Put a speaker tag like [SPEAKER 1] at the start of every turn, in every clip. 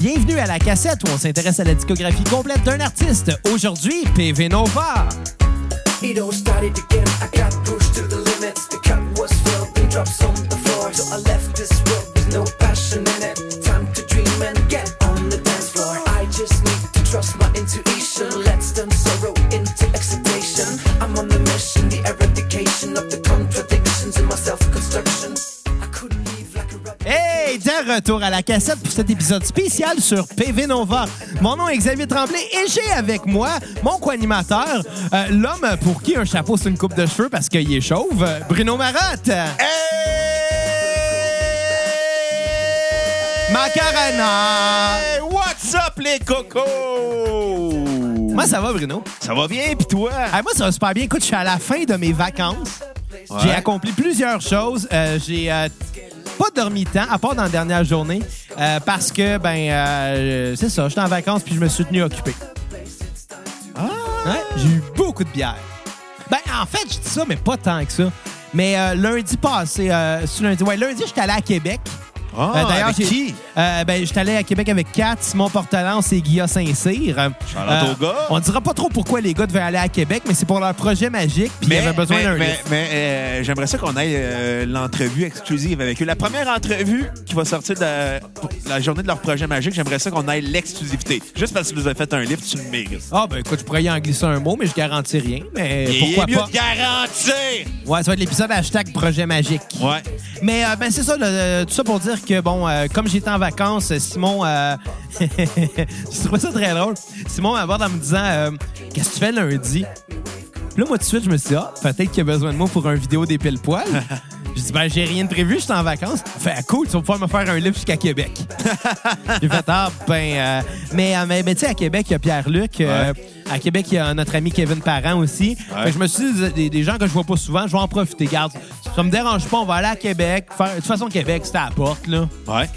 [SPEAKER 1] Bienvenue à la cassette où on s'intéresse à la discographie complète d'un artiste. Aujourd'hui, PV Nova.
[SPEAKER 2] It all started again. I got pushed to the limits. The cup was filled, and drops on the floor. So I left this world with no passion in it. Time to dream and get on the dance floor. I just need to trust my intuition. Let's turn sorrow into excitation. I'm on the mission, the eradication of the contradictions in my self-construction. I couldn't leave like a rebel.
[SPEAKER 1] Hey, de retour à la cassette pour cet épisode spécial sur PV Nova. Mon nom est Xavier Tremblay et j'ai avec moi mon co-animateur, euh, l'homme pour qui un chapeau c'est une coupe de cheveux parce qu'il est chauve, euh, Bruno Marotte. Macarena.
[SPEAKER 3] Hey, what's up les cocos?
[SPEAKER 1] Comment ça va, Bruno?
[SPEAKER 3] Ça va bien, pis toi?
[SPEAKER 1] Ah, moi, ça va super bien. Écoute, je suis à la fin de mes vacances. J'ai accompli plusieurs choses. Euh, j'ai euh, pas dormi tant, à part dans la dernière journée, euh, parce que, ben, euh, c'est ça, j'étais en vacances puis je me suis tenu occupé. Ouais, j'ai eu beaucoup de bière. Ben, en fait, je dis ça, mais pas tant que ça. Mais euh, lundi passé, euh, c'est lundi, ouais, lundi, j'étais allé à Québec.
[SPEAKER 3] Ah,
[SPEAKER 1] Euh, D'ailleurs,
[SPEAKER 3] avec
[SPEAKER 1] j'ai-
[SPEAKER 3] qui?
[SPEAKER 1] Euh, ben, j'étais allé à Québec avec Kat, Simon Portalance et Guilla Saint-Cyr. Euh,
[SPEAKER 3] Shout-out aux gars.
[SPEAKER 1] On dira pas trop pourquoi les gars devaient aller à Québec, mais c'est pour leur projet magique, puis ils avaient besoin
[SPEAKER 3] mais-
[SPEAKER 1] d'un
[SPEAKER 3] mais,
[SPEAKER 1] lift.
[SPEAKER 3] mais, euh, j'aimerais ça qu'on aille euh, l'entrevue exclusive avec eux. La première entrevue qui va sortir de la, pour la journée de leur projet magique, j'aimerais ça qu'on aille l'exclusivité. Juste parce que tu nous as fait un livre, tu le mérites.
[SPEAKER 1] Ah, ben écoute, je pourrais y en glisser un mot, mais je garantis rien. Mais
[SPEAKER 3] Et
[SPEAKER 1] pourquoi
[SPEAKER 3] il est mieux
[SPEAKER 1] pas?
[SPEAKER 3] de garantir!
[SPEAKER 1] Ouais, ça va être l'épisode hashtag projet magique.
[SPEAKER 3] Ouais.
[SPEAKER 1] Mais euh, ben, c'est ça, le- euh, tout ça pour dire que, bon, euh, comme j'étais en vacances, Simon. Euh... je trouvais ça très drôle. Simon m'aborde en me disant euh, Qu'est-ce que tu fais lundi Puis là, moi, tout de suite, je me suis dit Ah, peut-être qu'il y a besoin de moi pour une vidéo des pile poils. J'ai dit, ben, j'ai rien de prévu, je suis en vacances. Fait, Ah, cool, tu vas pouvoir me faire un livre jusqu'à Québec. j'ai fait, ah, ben, euh, mais, euh, mais, mais tu sais, à Québec, il y a Pierre-Luc. euh,
[SPEAKER 3] Ouais.
[SPEAKER 1] À Québec, il y a notre ami Kevin Parent aussi. Fait que je me suis dit, des, des gens que je vois pas souvent, je vais en profiter. Garde, ça me dérange pas, on va aller à Québec. Faire- De toute façon, Québec, c'était à la porte, là.
[SPEAKER 3] Ouais.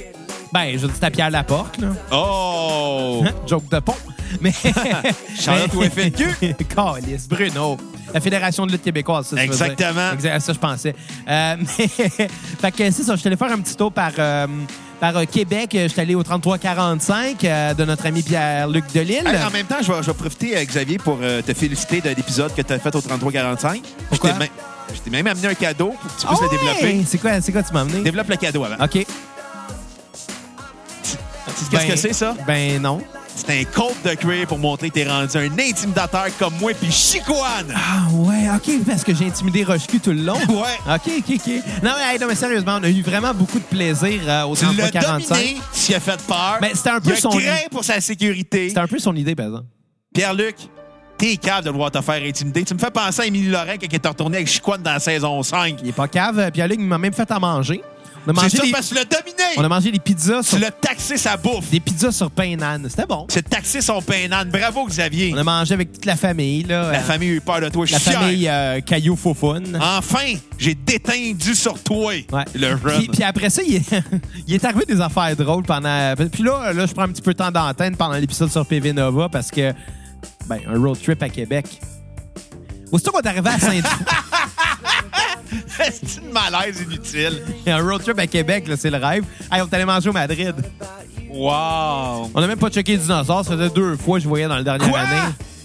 [SPEAKER 1] Ben, je dis, c'était à Pierre-Laporte, là.
[SPEAKER 3] Oh!
[SPEAKER 1] Hein? Joke de pont. Mais.
[SPEAKER 3] Shout-out au FNQ.
[SPEAKER 1] Calice, Bruno. La Fédération de lutte québécoise, ça, ça veut dire.
[SPEAKER 3] Exactement.
[SPEAKER 1] Exact, ça, je pensais. Euh, mais- fait que c'est ça, je suis allé faire un petit tour par, euh, par euh, Québec. Je suis allé au 3345 euh, de notre ami Pierre-Luc Delille.
[SPEAKER 3] Hey, en même temps, je vais, je vais profiter, euh, Xavier, pour euh, te féliciter de l'épisode que tu as fait au 3345.
[SPEAKER 1] Pourquoi?
[SPEAKER 3] Je t'ai même- Je t'ai même amené un cadeau pour que tu
[SPEAKER 1] Ah
[SPEAKER 3] puisses le
[SPEAKER 1] ouais!
[SPEAKER 3] développer.
[SPEAKER 1] C'est quoi, c'est quoi tu m'as amené?
[SPEAKER 3] Développe le cadeau avant.
[SPEAKER 1] OK.
[SPEAKER 3] Qu'est-ce
[SPEAKER 1] Ben-
[SPEAKER 3] que c'est, ça?
[SPEAKER 1] Ben non.
[SPEAKER 3] C'est un compte de cuir pour montrer que t'es rendu un intimidateur comme moi puis chicoine.
[SPEAKER 1] Ah ouais, OK, parce que j'ai intimidé Rochecul tout le long.
[SPEAKER 3] Ouais.
[SPEAKER 1] OK, OK, OK. Non mais, hey, non, mais sérieusement, on a eu vraiment beaucoup de plaisir euh, au
[SPEAKER 3] Tu l'as
[SPEAKER 1] 3345.
[SPEAKER 3] dominé, tu lui as fait peur.
[SPEAKER 1] Ben, c'était un peu
[SPEAKER 3] Il a
[SPEAKER 1] son-
[SPEAKER 3] craint pour sa sécurité.
[SPEAKER 1] C'était un peu son idée, par exemple.
[SPEAKER 3] Pierre-Luc, t'es capable de vouloir te faire intimider. Tu me fais penser à Émilie Laurent quand elle est retournée avec chicoine dans la saison 5.
[SPEAKER 1] Il est pas cave. euh, Pierre-Luc m'a même fait à manger. On a
[SPEAKER 3] C'est
[SPEAKER 1] mangé,
[SPEAKER 3] ça
[SPEAKER 1] des,
[SPEAKER 3] parce que tu l'as dominé.
[SPEAKER 1] on a mangé des pizzas sur,
[SPEAKER 3] Tu l'as taxé sa bouffe.
[SPEAKER 1] des pizzas sur pain nan. C'était bon.
[SPEAKER 3] C'est taxé son peinane. Bravo, Xavier.
[SPEAKER 1] On a mangé avec toute la famille. Là,
[SPEAKER 3] La
[SPEAKER 1] euh,
[SPEAKER 3] famille a eu peur de toi. Je
[SPEAKER 1] la
[SPEAKER 3] suis fier.
[SPEAKER 1] famille euh, Caillou Fofun.
[SPEAKER 3] Enfin, j'ai détendu sur toi
[SPEAKER 1] Ouais.
[SPEAKER 3] Ah, le run.
[SPEAKER 1] Puis, puis après ça, il est, il est arrivé des affaires drôles pendant. Puis là, là je prends un petit peu de temps d'antenne pendant l'épisode sur PV Nova parce que, ben, un road trip à Québec. Aussitôt qu'on est arrivé à Saint-Denis,
[SPEAKER 3] C'est une malaise inutile.
[SPEAKER 1] un road trip à Québec, là, c'est le rêve. Hey, on est allé manger au Madrid.
[SPEAKER 3] Wow.
[SPEAKER 1] On n'a même pas checké les dinosaures. Ça faisait deux fois que je voyais dans la dernière
[SPEAKER 3] Quoi?
[SPEAKER 1] année.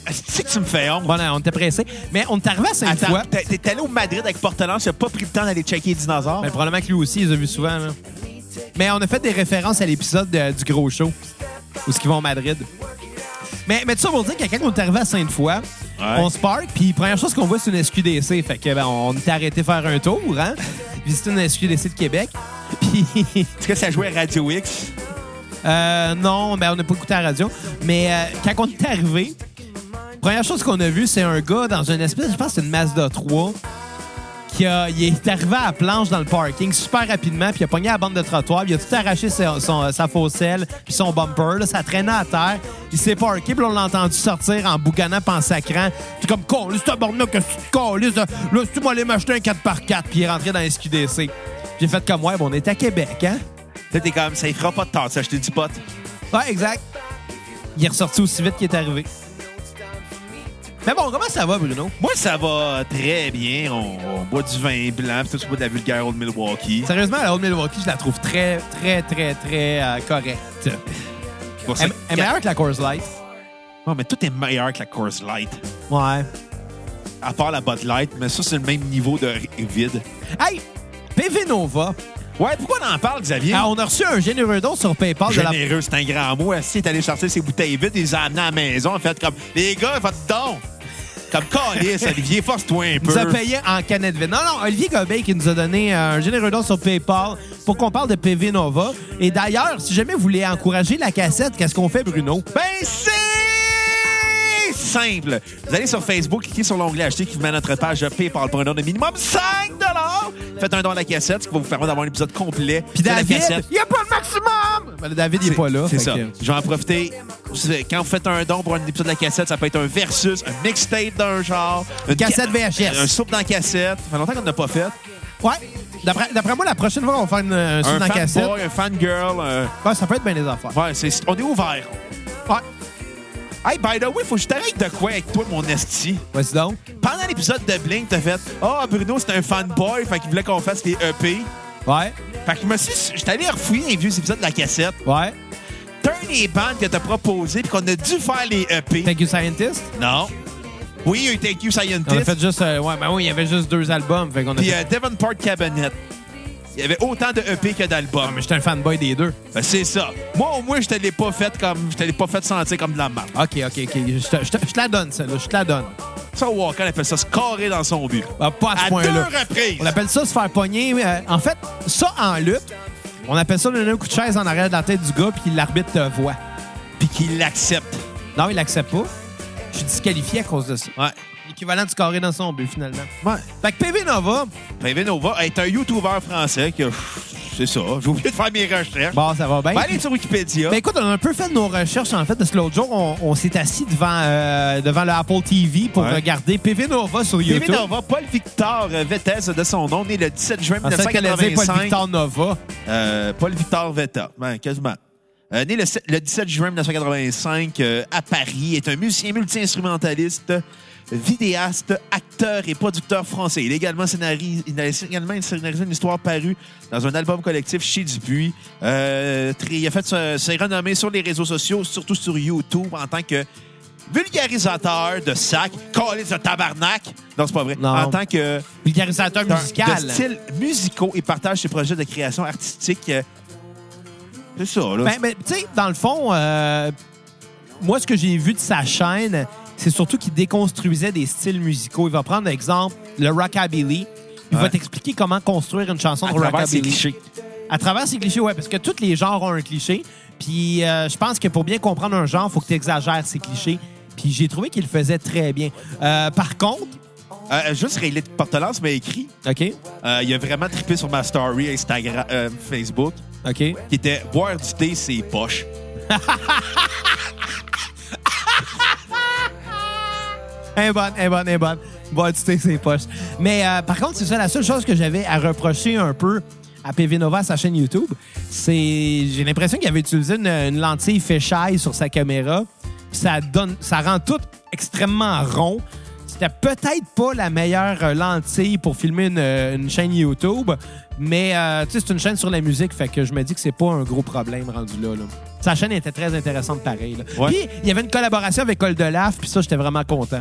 [SPEAKER 3] Est-ce que tu me fais honte?
[SPEAKER 1] Bon, on était pressés. Mais on est arrivé à Sainte-Foy.
[SPEAKER 3] Attends, t'es t'es allé au Madrid avec Portelance, t'as pas pris le temps d'aller checker les dinosaures?
[SPEAKER 1] Ben, probablement que lui aussi, il les a vus souvent. là. Mais on a fait des références à l'épisode de- du gros show, où ce qu'ils vont à Madrid. Mais, mais tout ça pour dire que quand on est arrivé à Sainte-Foy, on se parque, puis première chose qu'on voit, c'est une SQDC. Fait que, ben, on est arrêté faire un tour, hein, visiter une SQDC de Québec. Puis,
[SPEAKER 3] Est-ce que ça jouait à Radio X?
[SPEAKER 1] euh, non, ben, on n'a pas écouté la radio. Mais euh, quand on est arrivé, première chose qu'on a vue, c'est un gars dans une espèce, je pense que c'est une Mazda 3, qui a, il est arrivé à la planche dans le parking super rapidement, puis il a pogné la bande de trottoir, puis il a tout arraché sa, son- sa faucelle, puis son bumper, là, ça traînait à terre. Il s'est parké, puis là, on l'a entendu sortir en bouganant, puis en sacrant. C'est comme, colisse, ta borne, qu'est-ce que tu colisse? Là, là, si tu m'allais m'acheter un 4x4, puis il est rentré dans la SQDC. J'ai fait comme, ouais, ben, on est à Québec, hein?
[SPEAKER 3] Là, t'es comme, ça y fera pas de tort, ça, je te dis pas.
[SPEAKER 1] Ouais, exact. Il est ressorti aussi vite qu'il est arrivé. Mais bon, comment ça va, Bruno?
[SPEAKER 3] Moi, ça va très bien. On, on boit du vin blanc, pis tout, tu bois de la vulgaire de Milwaukee.
[SPEAKER 1] Sérieusement, la haute Milwaukee, je la trouve très, très, très, très euh, correcte.
[SPEAKER 3] Pour ça-
[SPEAKER 1] Elle elle est meilleure que la Coors Light.
[SPEAKER 3] Ouais, mais tout est meilleur que la Coors Light.
[SPEAKER 1] Ouais.
[SPEAKER 3] À part la Bud Light, mais ça, c'est le même niveau de ri- vide.
[SPEAKER 1] Hey, PV Nova.
[SPEAKER 3] Ouais, pourquoi on en parle, Xavier?
[SPEAKER 1] Ah, on a reçu un généreux don sur PayPal de la
[SPEAKER 3] Généreux, c'est un grand mot. Si est allé chercher ses bouteilles vides, il les a amenées à la maison. En fait, comme, les gars, votre don! Comme, calice, Olivier, force-toi un peu.
[SPEAKER 1] nous a payé en canette vide. Non, non, Olivier Gobey qui nous a donné euh, un généreux don sur PayPal pour qu'on parle de PV Nova. Et d'ailleurs, si jamais vous voulez encourager la cassette, qu'est-ce qu'on fait, Bruno?
[SPEAKER 3] Ben, c'est simple. Vous allez sur Facebook, cliquez sur l'onglet Acheter qui vous met à notre page PayPal pour un don de minimum 5 Faites un don à la cassette, ce qui va vous permettre d'avoir un épisode complet
[SPEAKER 1] Puis
[SPEAKER 3] de la
[SPEAKER 1] David,
[SPEAKER 3] cassette.
[SPEAKER 1] il n'y a pas de maximum! Ben, David, il n'est pas là.
[SPEAKER 3] C'est
[SPEAKER 1] fait
[SPEAKER 3] ça.
[SPEAKER 1] que-
[SPEAKER 3] Je vais en profiter. C'est- Quand vous faites un don pour un épisode de la cassette, ça peut être un versus, un mixtape d'un genre, une
[SPEAKER 1] Cassette VHS.
[SPEAKER 3] Un soupe dans la cassette. Ça fait longtemps qu'on n'a pas fait.
[SPEAKER 1] Ouais. D'après d'après moi, la prochaine fois qu'on va faire une, un son
[SPEAKER 3] un
[SPEAKER 1] dans la cassette,
[SPEAKER 3] fanboy, un fangirl. euh,
[SPEAKER 1] ben, ça peut être bien des affaires.
[SPEAKER 3] ouais, c'est- on est ouvert.
[SPEAKER 1] Ouais.
[SPEAKER 3] Hey, by the way, faut que je t'arrête de quoi avec toi, mon esti?
[SPEAKER 1] Vas-y donc.
[SPEAKER 3] Pendant l'épisode de Blink, t'as fait Ah, Bruno, c'est un fanboy, fait qu'il voulait qu'on fasse les EP.
[SPEAKER 1] Ouais.
[SPEAKER 3] Fait que je me suis. J'étais allé refouiller les vieux épisodes de la cassette.
[SPEAKER 1] Ouais.
[SPEAKER 3] T'as un des bandes que t'as proposé, puis qu'on a dû faire les E EP.
[SPEAKER 1] Thank you, Scientist.
[SPEAKER 3] Non. Oui, il y a eu Thank You Scientist.
[SPEAKER 1] On a fait juste. euh, ouais, ben oui, il y avait juste deux albums. Fait qu'on a
[SPEAKER 3] Puis
[SPEAKER 1] fait-
[SPEAKER 3] euh, Devonport Cabinet. Il y avait autant de EP que d'albums.
[SPEAKER 1] Mais j'étais un fanboy des deux.
[SPEAKER 3] Ben, c'est ça. Moi, au moins, je te l'ai pas fait comme. Je te l'ai pas fait sentir comme de la merde.
[SPEAKER 1] OK, OK, OK. Je te, je te- je te la donne, celle-là. Je te la donne.
[SPEAKER 3] Ça, Walker appelle ça scorer dans son but.
[SPEAKER 1] Ben, pas à ce
[SPEAKER 3] À deux
[SPEAKER 1] point-là.
[SPEAKER 3] reprises.
[SPEAKER 1] On appelle ça se faire pogner. mais, euh, en fait, ça en lutte, on appelle ça le coup de chaise en arrière de la tête du gars puis l'arbitre te voit.
[SPEAKER 3] Puis qu'il l'accepte.
[SPEAKER 1] Non, il l'accepte pas. Je suis disqualifié à cause de ça.
[SPEAKER 3] Ouais.
[SPEAKER 1] L'équivalent du carré dans son but, finalement.
[SPEAKER 3] Ouais.
[SPEAKER 1] Fait que PV Nova,
[SPEAKER 3] Prévin Nova est un YouTuber français qui a- C'est ça. J'ai oublié de faire mes recherches.
[SPEAKER 1] bon, ça va bien.
[SPEAKER 3] Ben, allez sur Wikipédia.
[SPEAKER 1] Ben, écoute, on a un peu fait nos recherches en fait parce que l'autre jour, on, on s'est assis devant, euh, devant le Apple TV pour
[SPEAKER 3] Ouais.
[SPEAKER 1] regarder PV Nova sur YouTube.
[SPEAKER 3] Prévin Nova, Paul Victor euh, Vettez de son nom, né le 17 juin
[SPEAKER 1] En fait, qu'elle a dit
[SPEAKER 3] 1985.
[SPEAKER 1] Paul Victor Nova.
[SPEAKER 3] Euh, Paul Victor Vetta, ben, quasiment. Euh, né le, sept- le 17 juin 1985 euh, à Paris, est un musicien multi-instrumentaliste, vidéaste, acteur et producteur français. Il, est également scénarise, il a également scénarisé une histoire parue dans un album collectif chez Dupuis. Euh, très- il a fait sa- ses renommées sur les réseaux sociaux, surtout sur YouTube, en tant que vulgarisateur de sac, colis de tabarnak. Non, c'est pas vrai.
[SPEAKER 1] Non.
[SPEAKER 3] En tant que
[SPEAKER 1] Vulgarisateur
[SPEAKER 3] d'un-
[SPEAKER 1] musical.
[SPEAKER 3] De styles musicaux et partage ses projets de création artistique. euh, C'est ça, là.
[SPEAKER 1] Ben, ben, tu sais, dans le fond, euh, moi, ce que j'ai vu de sa chaîne, c'est surtout qu'il déconstruisait des styles musicaux. Il va prendre, exemple, le rockabilly. Il
[SPEAKER 3] Ouais.
[SPEAKER 1] va t'expliquer comment construire une chanson
[SPEAKER 3] À
[SPEAKER 1] de
[SPEAKER 3] travers ses
[SPEAKER 1] rockabilly.
[SPEAKER 3] clichés.
[SPEAKER 1] À travers ces clichés, ouais, parce que tous les genres ont un cliché. Puis euh, je pense que pour bien comprendre un genre, il faut que tu exagères ces clichés. Puis j'ai trouvé qu'il le faisait très bien. Euh, par contre,
[SPEAKER 3] Euh, juste régler de portelance, mais écrit.
[SPEAKER 1] OK,
[SPEAKER 3] euh, il a vraiment trippé sur ma story Instagram, euh, Facebook,
[SPEAKER 1] OK.
[SPEAKER 3] qui était boire du thé, c'est poche.
[SPEAKER 1] Un bon, un bon, un bon. Bon, tu sais, c'est poche. Mais euh, par contre, c'est ça, la seule chose que j'avais à reprocher un peu à PV Nova, à sa chaîne YouTube, c'est. J'ai l'impression qu'il avait utilisé une, une lentille fisheye sur sa caméra. Puis Ça, donne, ça rend tout extrêmement rond. C'était peut-être pas la meilleure euh, lentille pour filmer une, euh, une chaîne YouTube, mais euh, tu sais, c'est une chaîne sur la musique, fait que je me dis que c'est pas un gros problème rendu là. là. Sa chaîne était très intéressante pareil. là.
[SPEAKER 3] Ouais.
[SPEAKER 1] Puis il y avait une collaboration avec Old Laf, puis ça, j'étais vraiment content.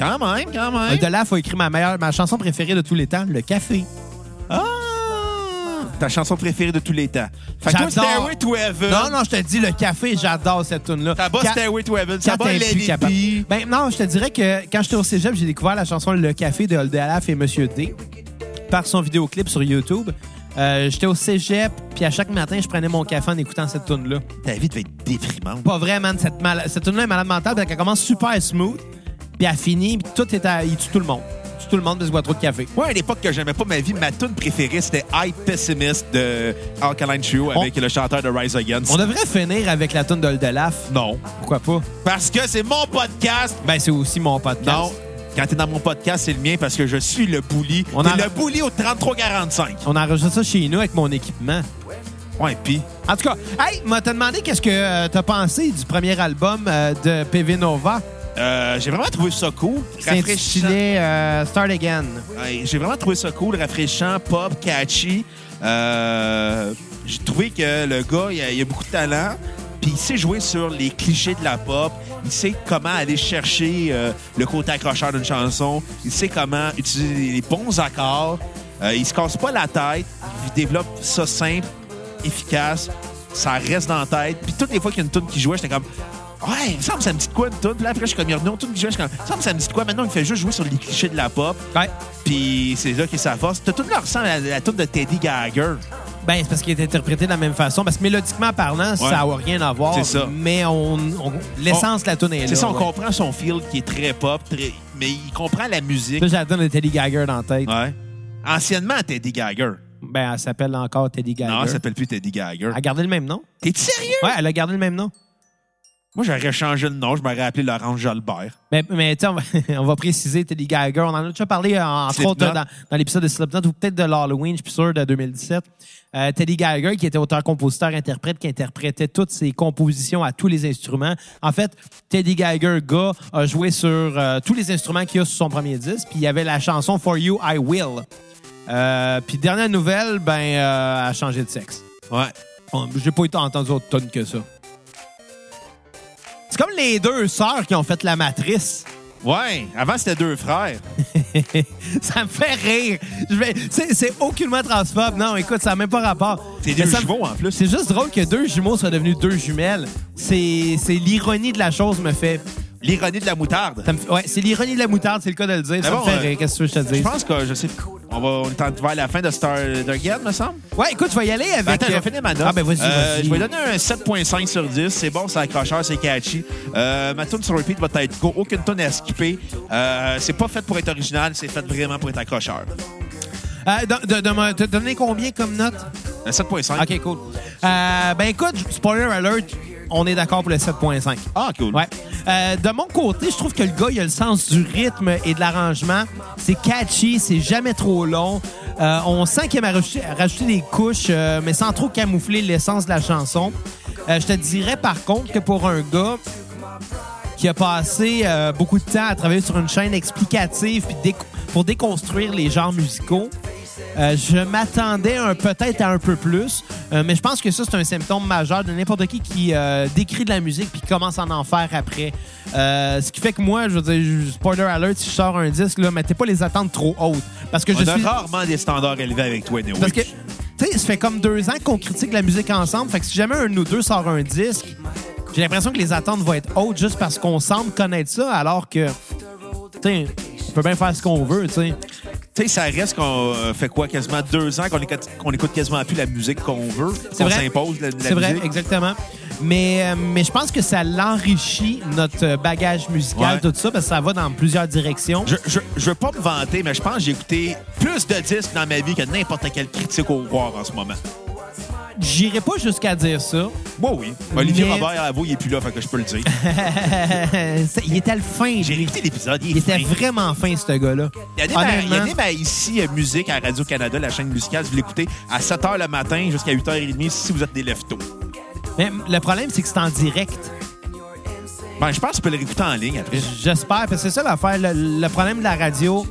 [SPEAKER 3] Quand même, quand même.
[SPEAKER 1] Oldelaf a écrit ma meilleure, ma chanson préférée de tous les temps, Le Café.
[SPEAKER 3] Ah! Ta chanson préférée de tous les temps. Fait que toi,
[SPEAKER 1] J'adore.
[SPEAKER 3] Stairway to Heaven.
[SPEAKER 1] Non, non, je te dis, Le Café, j'adore cette tune-là.
[SPEAKER 3] Ça bat
[SPEAKER 1] Quand-
[SPEAKER 3] Stairway to Heaven. Ça
[SPEAKER 1] quand
[SPEAKER 3] bat
[SPEAKER 1] elle est plus
[SPEAKER 3] Lady
[SPEAKER 1] capable.
[SPEAKER 3] Di.
[SPEAKER 1] Ben non, je te dirais que quand j'étais au cégep, j'ai découvert la chanson Le Café de Oldelaf et Monsieur D par son vidéoclip sur YouTube. Euh, j'étais au cégep, puis à chaque matin, je prenais mon café en écoutant cette tune-là.
[SPEAKER 3] Ta vie devait être déprimante.
[SPEAKER 1] Pas vrai, man, cette, mal- cette tune-là est malade mentale, parce qu'elle commence super smooth, puis elle finit, puis tout est à... il tue tout le monde. Il tue tout le monde parce qu'il boit trop de café.
[SPEAKER 3] Moi, à l'époque que j'aimais pas ma vie, ma tune préférée, c'était I Pessimist de Alkaline Trio avec le chanteur de Rise Against.
[SPEAKER 1] On devrait finir avec la tune d'Oldelaf.
[SPEAKER 3] Non.
[SPEAKER 1] Pourquoi pas?
[SPEAKER 3] Parce que c'est mon podcast.
[SPEAKER 1] Ben, c'est aussi mon podcast.
[SPEAKER 3] Non. Quand t'es dans mon podcast, c'est le mien parce que je suis le bully.
[SPEAKER 1] On
[SPEAKER 3] On est
[SPEAKER 1] en-
[SPEAKER 3] le bully au 3345.
[SPEAKER 1] On enregistre ça chez nous avec mon équipement.
[SPEAKER 3] Ouais, pis.
[SPEAKER 1] En tout cas, hey, m'a te demandé qu'est-ce que euh, t'as pensé du premier album euh, de PV Nova.
[SPEAKER 3] euh, j'ai vraiment trouvé ça cool.
[SPEAKER 1] C'est
[SPEAKER 3] Rafraîchissant.
[SPEAKER 1] intitulé euh, Start Again.
[SPEAKER 3] Ouais, J'ai vraiment trouvé ça cool, rafraîchissant, pop, catchy. Euh, J'ai trouvé que le gars, il a, il a beaucoup de talent. Puis il sait jouer sur les clichés de la pop. Il sait comment aller chercher euh, le côté accrocheur d'une chanson. Il sait comment utiliser les bons accords. Euh, il se casse pas la tête. Il développe ça simple, efficace. Ça reste dans la tête. Puis toutes les fois qu'il y a une tune qui jouait, j'étais comme. Ouais, il me semble que ça me dit de quoi une tune. Puis là, après, je suis comme, il y a une autre tune qui jouait. Je suis comme, il me semble que ça me dit de quoi. Maintenant, il fait juste jouer sur les clichés de la pop.
[SPEAKER 1] Ouais.
[SPEAKER 3] Puis c'est là que ça force. T'as tout leur ressemble à la, la tune de Teddy Gallagher.
[SPEAKER 1] Ben, c'est parce qu'il est interprété de la même façon. Parce que mélodiquement parlant, ça n'a rien à voir.
[SPEAKER 3] C'est ça.
[SPEAKER 1] Mais on, on- l'essence de la tune est là.
[SPEAKER 3] C'est ça, on
[SPEAKER 1] ouais.
[SPEAKER 3] comprend son feel qui est très pop, très- mais il comprend la musique.
[SPEAKER 1] Là, j'ai la tune de Teddy Geiger dans la tête.
[SPEAKER 3] Ouais. Anciennement, Teddy Geiger.
[SPEAKER 1] Ben, elle s'appelle encore Teddy Geiger.
[SPEAKER 3] Non, elle s'appelle plus Teddy Geiger.
[SPEAKER 1] Elle a gardé le même nom.
[SPEAKER 3] T'es sérieux?
[SPEAKER 1] Ouais, elle a gardé le même nom.
[SPEAKER 3] Moi, j'aurais changé le nom, je m'aurais appelé Laurence Jalbert.
[SPEAKER 1] Mais, mais tu sais, on, va- on va préciser Teddy Geiger. On en a déjà parlé, euh, entre
[SPEAKER 3] Slipknot.
[SPEAKER 1] autres, euh, dans, dans l'épisode de Slipknot ou peut-être de l'Halloween, je suis plus sûr, de 2017. Euh, Teddy Geiger, qui était auteur, compositeur, interprète, qui interprétait toutes ses compositions à tous les instruments. En fait, Teddy Geiger, gars, a joué sur euh, tous les instruments qu'il y a sur son premier disque. Puis il y avait la chanson For You, I Will. Euh, puis dernière nouvelle, ben, euh, elle a changé de sexe.
[SPEAKER 3] Ouais.
[SPEAKER 1] Bon, J'ai pas été entendu autre tonne que ça. C'est comme les deux sœurs qui ont fait la matrice.
[SPEAKER 3] Ouais. Avant, c'était deux frères.
[SPEAKER 1] ça me fait rire. Je vais- c'est, c'est aucunement transphobe. Non, écoute, ça n'a même pas rapport.
[SPEAKER 3] C'est deux
[SPEAKER 1] Mais ça me-
[SPEAKER 3] jumeaux, en plus.
[SPEAKER 1] C'est juste drôle que deux jumeaux soient devenus deux jumelles. C'est, c'est l'ironie de la chose me fait.
[SPEAKER 3] L'ironie de la moutarde.
[SPEAKER 1] ça me fait- ouais, c'est l'ironie de la moutarde, c'est le cas de le dire. ça
[SPEAKER 3] bon,
[SPEAKER 1] me fait
[SPEAKER 3] euh,
[SPEAKER 1] rire. Qu'est-ce que tu veux que je te
[SPEAKER 3] Je
[SPEAKER 1] dise?
[SPEAKER 3] pense que je sais. On, va, on est en- vers la fin de Star de Game, me semble.
[SPEAKER 1] Ouais, écoute, je vais y aller avec.
[SPEAKER 3] Ben, attends, je
[SPEAKER 1] euh,
[SPEAKER 3] vais finir ma note.
[SPEAKER 1] Ah, ben vas-y,
[SPEAKER 3] Euh,
[SPEAKER 1] vas-y.
[SPEAKER 3] Je vais donner un 7.5 sur 10. C'est bon, c'est accrocheur, c'est catchy. Euh, ma tune sur repeat va être go. Aucune tune à skipper. Euh, c'est pas fait pour être original, c'est fait vraiment pour être accrocheur.
[SPEAKER 1] Euh, de, de- de me- te donner combien comme note?
[SPEAKER 3] Un 7.5.
[SPEAKER 1] OK, cool. Euh, ben écoute, spoiler alert, on est d'accord pour le 7.5.
[SPEAKER 3] Ah, cool.
[SPEAKER 1] Ouais. Euh, de mon côté, je trouve que le gars, il a le sens du rythme et de l'arrangement. C'est catchy, c'est jamais trop long. Euh, on sent qu'il aime rajouter, rajouter des couches, euh, mais sans trop camoufler l'essence de la chanson. Euh, je te dirais par contre que pour un gars qui a passé euh, beaucoup de temps à travailler sur une chaîne explicative puis déco- pour déconstruire les genres musicaux, euh, je m'attendais un- peut-être à un peu plus, euh, mais je pense que ça, c'est un symptôme majeur de n'importe qui qui euh, décrit de la musique puis commence à en faire après. Euh, ce qui fait que moi, je veux dire, je- spoiler alert, si je sors un disque, là, mettez pas les attentes trop hautes. Parce que
[SPEAKER 3] On
[SPEAKER 1] je
[SPEAKER 3] a
[SPEAKER 1] suis.
[SPEAKER 3] rarement des standards élevés avec toi, anyway.
[SPEAKER 1] Parce que, tu sais, ça fait comme deux ans qu'on critique la musique ensemble. Fait que si jamais un de nous deux sort un disque, j'ai l'impression que les attentes vont être hautes juste parce qu'on semble connaître ça, alors que, tu sais, on peut bien faire ce qu'on veut, tu sais.
[SPEAKER 3] Tu sais, ça reste qu'on euh, fait quoi, quasiment deux ans qu'on écoute, qu'on écoute quasiment plus la musique qu'on veut.
[SPEAKER 1] C'est
[SPEAKER 3] qu'on
[SPEAKER 1] vrai.
[SPEAKER 3] s'impose la, la
[SPEAKER 1] C'est vrai,
[SPEAKER 3] musique.
[SPEAKER 1] exactement. Mais, euh, mais je pense que ça l'enrichit, notre euh, bagage musical,
[SPEAKER 3] Ouais.
[SPEAKER 1] tout ça, parce que ça va dans plusieurs directions.
[SPEAKER 3] Je, je, je veux pas me vanter, mais je pense que j'ai écouté plus de disques dans ma vie que n'importe quel critique au voir en ce moment.
[SPEAKER 1] J'irai pas jusqu'à dire ça. Euh,
[SPEAKER 3] Moi, oui. Olivier
[SPEAKER 1] Mais-
[SPEAKER 3] Robert, avoue, il est plus là, fait que je peux le dire.
[SPEAKER 1] C'est- il était le fin.
[SPEAKER 3] J'ai
[SPEAKER 1] lui.
[SPEAKER 3] écouté l'épisode, il
[SPEAKER 1] Il
[SPEAKER 3] est
[SPEAKER 1] était
[SPEAKER 3] fin.
[SPEAKER 1] vraiment fin, ce gars-là.
[SPEAKER 3] Il y a des ma- il y a
[SPEAKER 1] Honnêtement.
[SPEAKER 3] des ma- ici euh, musique à Radio-Canada, la chaîne musicale, si vous l'écoutez, à 7h le matin jusqu'à 8h30 si vous êtes des leftos.
[SPEAKER 1] Mais le problème, c'est que c'est en direct.
[SPEAKER 3] Ben, je pense que tu peux le réécouter en ligne après.
[SPEAKER 1] J'espère, parce que c'est ça l'affaire. Le, le problème de la radio.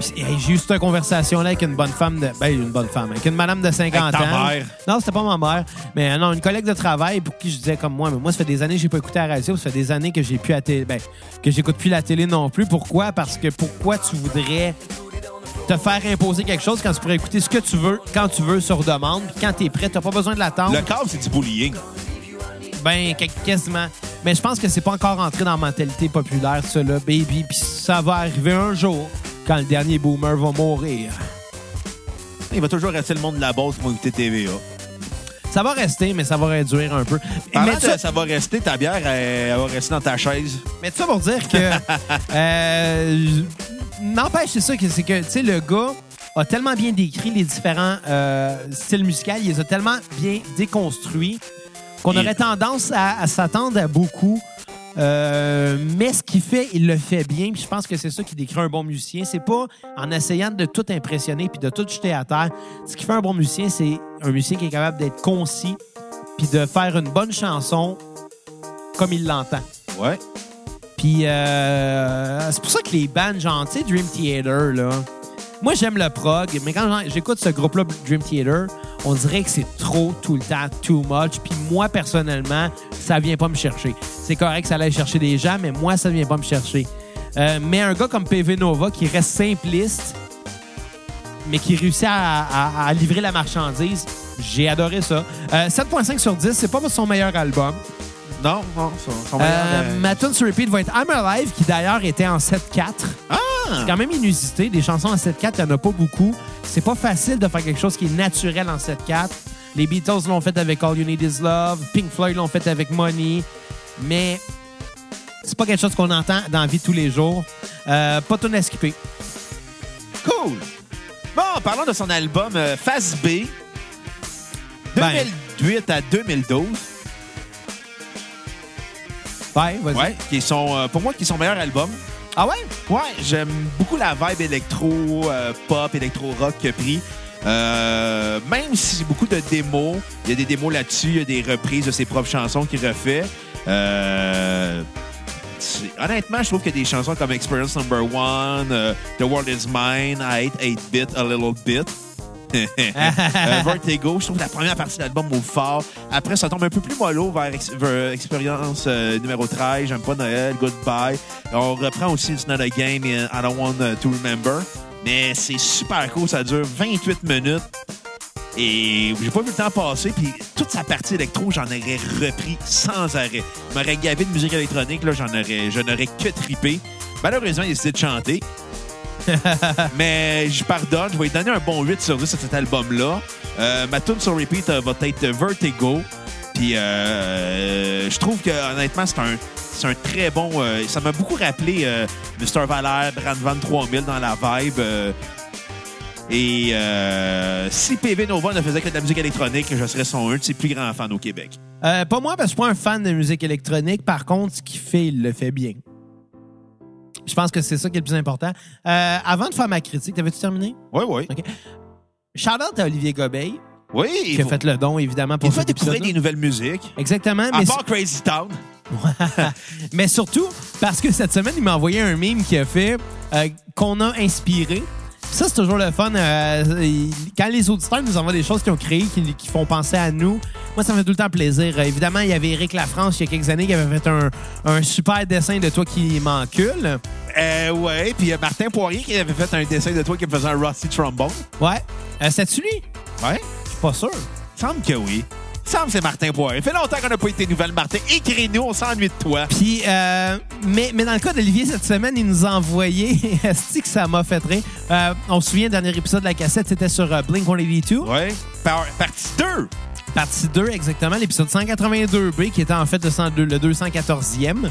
[SPEAKER 1] Puis, hey, J'ai eu cette conversation-là avec une bonne femme de. Ben, une bonne femme, avec une madame de 50
[SPEAKER 3] Avec ta
[SPEAKER 1] ans.
[SPEAKER 3] mère.
[SPEAKER 1] Non, c'était pas ma mère. Mais euh, non, une collègue de travail pour qui je disais comme moi, mais moi, ça fait des années que j'ai pas écouté la radio, ça fait des années que j'ai plus la télé. Ben, que j'écoute plus la télé non plus. Pourquoi? Parce que pourquoi tu voudrais te faire imposer quelque chose quand tu pourrais écouter ce que tu veux, quand tu veux, sur demande, puis quand t'es prêt, t'as pas besoin de l'attendre.
[SPEAKER 3] Le câble, c'est du bullying.
[SPEAKER 1] Ben, que- quasiment. Mais je pense que c'est pas encore entré dans la mentalité populaire, ça, là, baby. Puis ça va arriver un jour, quand le dernier boomer va mourir.
[SPEAKER 3] Il va toujours rester le monde de la base pour écouter TVA.
[SPEAKER 1] Ça va rester, mais ça va réduire un peu.
[SPEAKER 3] Parlant
[SPEAKER 1] mais,
[SPEAKER 3] de-
[SPEAKER 1] ça,
[SPEAKER 3] ça va rester, ta bière, elle, elle va rester dans ta chaise.
[SPEAKER 1] mais ça pour dire que... euh, N'empêche, c'est ça, que c'est que, tu sais, le gars a tellement bien décrit les différents euh, styles musicaux, il les a tellement bien déconstruits qu'on
[SPEAKER 3] Il-
[SPEAKER 1] aurait tendance à, à s'attendre à beaucoup. Euh, mais ce qu'il fait, il le fait bien. Puis je pense que c'est ça qui décrit un bon musicien. C'est pas en essayant de tout impressionner puis de tout jeter à terre. Ce qui fait un bon musicien, c'est un musicien qui est capable d'être concis puis de faire une bonne chanson comme il l'entend.
[SPEAKER 3] Ouais.
[SPEAKER 1] Puis euh, c'est pour ça que les bands, genre, tu sais, Dream Theater, là, Moi, j'aime le prog, mais quand j'en- j'écoute ce groupe-là, Dream Theater, on dirait que c'est trop, tout le temps, too much. Puis moi, personnellement, ça vient pas me chercher. C'est correct que ça allait chercher des gens, mais moi, ça vient pas me chercher. Euh, mais un gars comme PV Nova qui reste simpliste, mais qui réussit à, à- à livrer la marchandise, j'ai adoré ça. Euh, 7.5 sur 10, c'est pas son meilleur album.
[SPEAKER 3] Non, non, son, son
[SPEAKER 1] Euh,
[SPEAKER 3] meilleur, euh,
[SPEAKER 1] ma tune sur repeat va être I'm Alive, qui d'ailleurs était en 7-4. C'est
[SPEAKER 3] Ah!
[SPEAKER 1] quand même inusité. Des chansons en 7-4, il n'y en a pas beaucoup. C'est pas facile de faire quelque chose qui est naturel en 7-4. Les Beatles l'ont fait avec All You Need Is Love. Pink Floyd l'ont fait avec Money. Mais c'est pas quelque chose qu'on entend dans la vie de tous les jours. Euh, pas tout à skipper.
[SPEAKER 3] Cool! Bon, parlons de son album euh, Phase B,
[SPEAKER 1] Ben.
[SPEAKER 3] 2008 à 2012.
[SPEAKER 1] Ouais, vas-y.
[SPEAKER 3] Ouais, qui sont, euh, pour moi, qui sont meilleurs albums.
[SPEAKER 1] Ah ouais?
[SPEAKER 3] Ouais, j'aime beaucoup la vibe électro, euh, pop, électro-rock qu'il a pris. Euh, même si j'ai beaucoup de démos, il y a des démos là-dessus, il y a des reprises de ses propres chansons qu'il refait. Euh, c'est- honnêtement, je trouve que des chansons comme Experience Number One, euh, The World Is Mine, I Hate 8-Bit a Little Bit, euh, Vertigo, je trouve la première partie de l'album au fort. Après, ça tombe un peu plus mollo vers, Ex- vers Expérience euh, numéro 13, J'aime pas Noël, Goodbye. On reprend aussi It's Not a Game et I Don't Want to Remember. Mais c'est super cool, ça dure 28 minutes. Et j'ai pas vu le temps passer, puis toute sa partie électro, j'en aurais repris sans arrêt. Je m'aurais gavé de musique électronique, là, j'en aurais, je n'aurais que trippé. Malheureusement, il a décidé de chanter. Mais je pardonne, je vais lui donner un bon 8 sur 10 à cet album-là. Euh, ma tune sur repeat euh, va être Vertigo. Puis euh, je trouve que honnêtement, c'est un, c'est un très bon. euh, ça m'a beaucoup rappelé euh, Mr. Valère, Brand Van 3000 dans la vibe. euh, et euh, si PV Nova ne faisait que de la musique électronique, je serais son un de ses plus grands fans au Québec.
[SPEAKER 1] Euh, pas moi, parce que je suis pas un fan de musique électronique. Par contre, ce qu'il fait, il le fait bien. Je pense que c'est ça qui est le plus important. Euh, avant de faire ma critique, t'avais-tu terminé?
[SPEAKER 3] Oui, oui.
[SPEAKER 1] Ok. Shout-out à Olivier Gobeil,
[SPEAKER 3] Oui,
[SPEAKER 1] qui a
[SPEAKER 3] il faut,
[SPEAKER 1] fait le don, évidemment, pour
[SPEAKER 3] il faut
[SPEAKER 1] cet
[SPEAKER 3] découvrir
[SPEAKER 1] épisode-là.
[SPEAKER 3] des nouvelles musiques.
[SPEAKER 1] Exactement,
[SPEAKER 3] À
[SPEAKER 1] mais,
[SPEAKER 3] part Crazy Town.
[SPEAKER 1] mais surtout parce que cette semaine, il m'a envoyé un meme qui a fait euh, qu'on a inspiré. Ça, c'est toujours le fun. euh, il- quand les auditeurs nous envoient des choses qu'ils ont créées, qui, qui font penser à nous, moi, ça me fait tout le temps plaisir. Euh, évidemment, il y avait Eric Lafrance, il y a quelques années, qui avait fait un, un super dessin de toi qui m'encule.
[SPEAKER 3] Euh, ouais, puis il y a Martin Poirier qui avait fait un dessin de toi qui faisait un Rusty Trombone.
[SPEAKER 1] Ouais. Euh, C'est-tu lui?
[SPEAKER 3] Ouais.
[SPEAKER 1] Je suis pas sûr.
[SPEAKER 3] Semble que oui. Semble que c'est Martin Poirier. Fait longtemps qu'on n'a pas été nouvelle, Martin. Écris-nous, on s'ennuie de toi.
[SPEAKER 1] Puis, euh, mais, mais dans le cas d'Olivier, cette semaine, il nous a envoyé. Est-ce que ça m'a fait rire? Euh, on se souvient, le dernier épisode de la cassette, c'était sur euh, Blink 182.
[SPEAKER 3] Ouais. Par- partie 2.
[SPEAKER 1] Partie 2, exactement, l'épisode 182B, qui était en fait le, 102 le 214e.